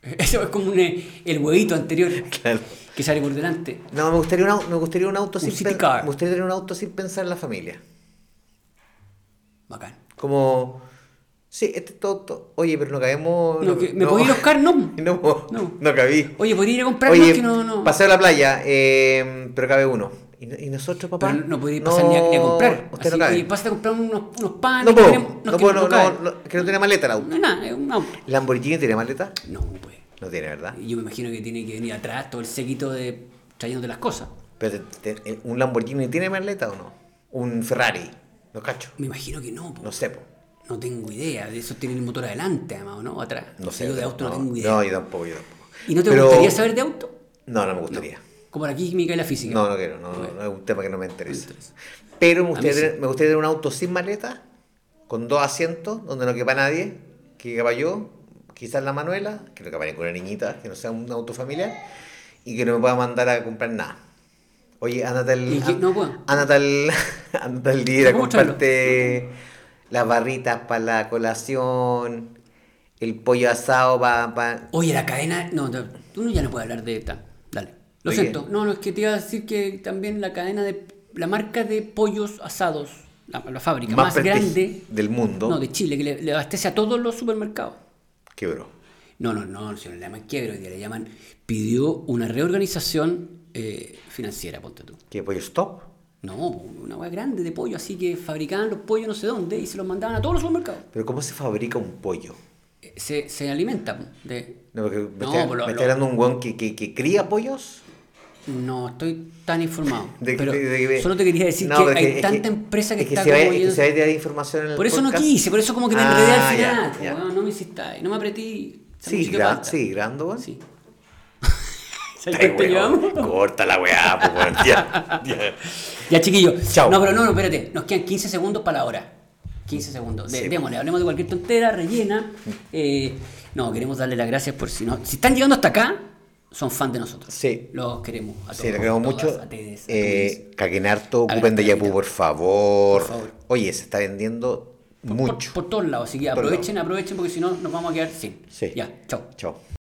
Speaker 1: Eso es como un, eh, el huevito anterior
Speaker 2: Claro.
Speaker 1: que sale por delante.
Speaker 2: No, me gustaría un, au- me gustaría un auto sin
Speaker 1: city
Speaker 2: pen-
Speaker 1: car.
Speaker 2: Me gustaría tener un auto sin pensar en la familia.
Speaker 1: Bacán.
Speaker 2: Como. Sí, este es todo. auto. Oye, pero no cabemos.
Speaker 1: No, que- ¿Me podía ir a Oscar? No.
Speaker 2: No, po.
Speaker 1: No.
Speaker 2: no. cabí.
Speaker 1: Oye, ¿podría ir a comprar más
Speaker 2: Oye,
Speaker 1: que no, no?
Speaker 2: paseo a la playa, eh, pero cabe uno. ¿Y, no- y nosotros, papá?
Speaker 1: Pero no podría ir pasar ni, a, ni a comprar.
Speaker 2: Usted
Speaker 1: Así,
Speaker 2: no cabe.
Speaker 1: oye, pásate a comprar unos, unos panes.
Speaker 2: no
Speaker 1: que
Speaker 2: puedo,
Speaker 1: tenemos-
Speaker 2: no,
Speaker 1: que
Speaker 2: puedo, no,
Speaker 1: cabe.
Speaker 2: no, no, que no tiene maleta el auto.
Speaker 1: No es nada, es un auto.
Speaker 2: ¿Lamborghini tiene maleta?
Speaker 1: No, pues.
Speaker 2: No tiene, ¿verdad?
Speaker 1: Yo me imagino que tiene que venir atrás todo el séquito de trayéndote las cosas.
Speaker 2: Pero te- te- ¿Un Lamborghini tiene maleta o no? ¿Un Ferrari? No cacho.
Speaker 1: Me imagino que no, po.
Speaker 2: No sé, po.
Speaker 1: No tengo idea. De esos tienen el motor adelante, además, ¿o no? Atrás.
Speaker 2: No sé.
Speaker 1: Yo de auto no,
Speaker 2: no
Speaker 1: tengo idea.
Speaker 2: No, yo tampoco, yo tampoco.
Speaker 1: ¿Y no te
Speaker 2: Pero-
Speaker 1: gustaría saber de auto?
Speaker 2: No, no me gustaría.
Speaker 1: Como la química y la física.
Speaker 2: No, no quiero. No, no, no, es un tema que no me interesa. Pero me gustaría,
Speaker 1: A mí sí.
Speaker 2: tener, me gustaría tener un auto sin maleta, con dos asientos, donde no quepa nadie, que quepa yo, quizás la Manuela, que no quepa ninguna niñita, que no sea un auto familiar, y que no me pueda mandar a comprar nada. Oye, ándate al...
Speaker 1: ¿Y qué? No, pues.
Speaker 2: Ándate al, ándate al líder a
Speaker 1: ¿Cómo traerlo?
Speaker 2: comprarte las barritas para la colación, el pollo asado va... va-
Speaker 1: Oye, la cadena. No, no, tú no ya no puedes hablar de esta. Dale. Lo
Speaker 2: Oye.
Speaker 1: siento. No, no, es que te iba a decir que también la cadena de. La marca de pollos asados, la, la fábrica más,
Speaker 2: prestigi-
Speaker 1: grande
Speaker 2: del mundo.
Speaker 1: no, de Chile, que le, le abastece a todos los supermercados.
Speaker 2: Quebró.
Speaker 1: No, no, no, si no le llaman quiebra, hoy día le llaman. Pidió una reorganización eh, financiera, ponte tú.
Speaker 2: ¿Qué pollo stop?
Speaker 1: No, una hueá grande de pollo, así que fabricaban los pollos no sé dónde y se los mandaban a todos los supermercados.
Speaker 2: ¿Pero cómo se fabrica un pollo?
Speaker 1: Eh, Se, se alimentan de.
Speaker 2: No, porque me,
Speaker 1: No,
Speaker 2: está,
Speaker 1: pues lo-
Speaker 2: me
Speaker 1: lo-
Speaker 2: está hablando un guan que, que, que cría pollos.
Speaker 1: No estoy tan informado.
Speaker 2: De-
Speaker 1: pero
Speaker 2: de- de-
Speaker 1: solo te quería decir
Speaker 2: No,
Speaker 1: que
Speaker 2: pero es
Speaker 1: hay
Speaker 2: es
Speaker 1: tanta empresa que
Speaker 2: es
Speaker 1: está
Speaker 2: se va-
Speaker 1: como
Speaker 2: es que
Speaker 1: yendo-
Speaker 2: se va a tirar información en el
Speaker 1: Por eso no
Speaker 2: podcast.
Speaker 1: quise, por eso como que me enredé
Speaker 2: Ah,
Speaker 1: al
Speaker 2: ya,
Speaker 1: final. pues,
Speaker 2: ya.
Speaker 1: weón, no me hiciste, ahí, no me apreté.
Speaker 2: Sí,
Speaker 1: Sanguchito de
Speaker 2: gra-
Speaker 1: palta.
Speaker 2: sí, grande, weón.
Speaker 1: Sí.
Speaker 2: Ay,
Speaker 1: ¿Sabes cuánto
Speaker 2: weón,
Speaker 1: llevamos?
Speaker 2: Corta la weá, pues, weón, ya, ya.
Speaker 1: Ya, chiquillos.
Speaker 2: Chao.
Speaker 1: No, pero no, no, espérate. Nos quedan 15 segundos para la hora. 15 segundos. De-
Speaker 2: Sí.
Speaker 1: Démosle, hablemos de cualquier tontera, rellena. Eh, no, queremos darle las gracias por si no. Si están llegando hasta acá, son fan de nosotros.
Speaker 2: Sí.
Speaker 1: Los queremos a todos.
Speaker 2: Sí, le queremos
Speaker 1: todas,
Speaker 2: mucho.
Speaker 1: A todos.
Speaker 2: Eh, caguen harto,
Speaker 1: Hagan
Speaker 2: ocupen de
Speaker 1: carita.
Speaker 2: Yapu, por favor.
Speaker 1: Por favor.
Speaker 2: Oye, se está vendiendo
Speaker 1: por,
Speaker 2: mucho.
Speaker 1: por todos lados. Así que
Speaker 2: Por
Speaker 1: aprovechen, aprovechen, porque si no, nos vamos a quedar sin.
Speaker 2: Sí.
Speaker 1: Ya, chao.
Speaker 2: Chao.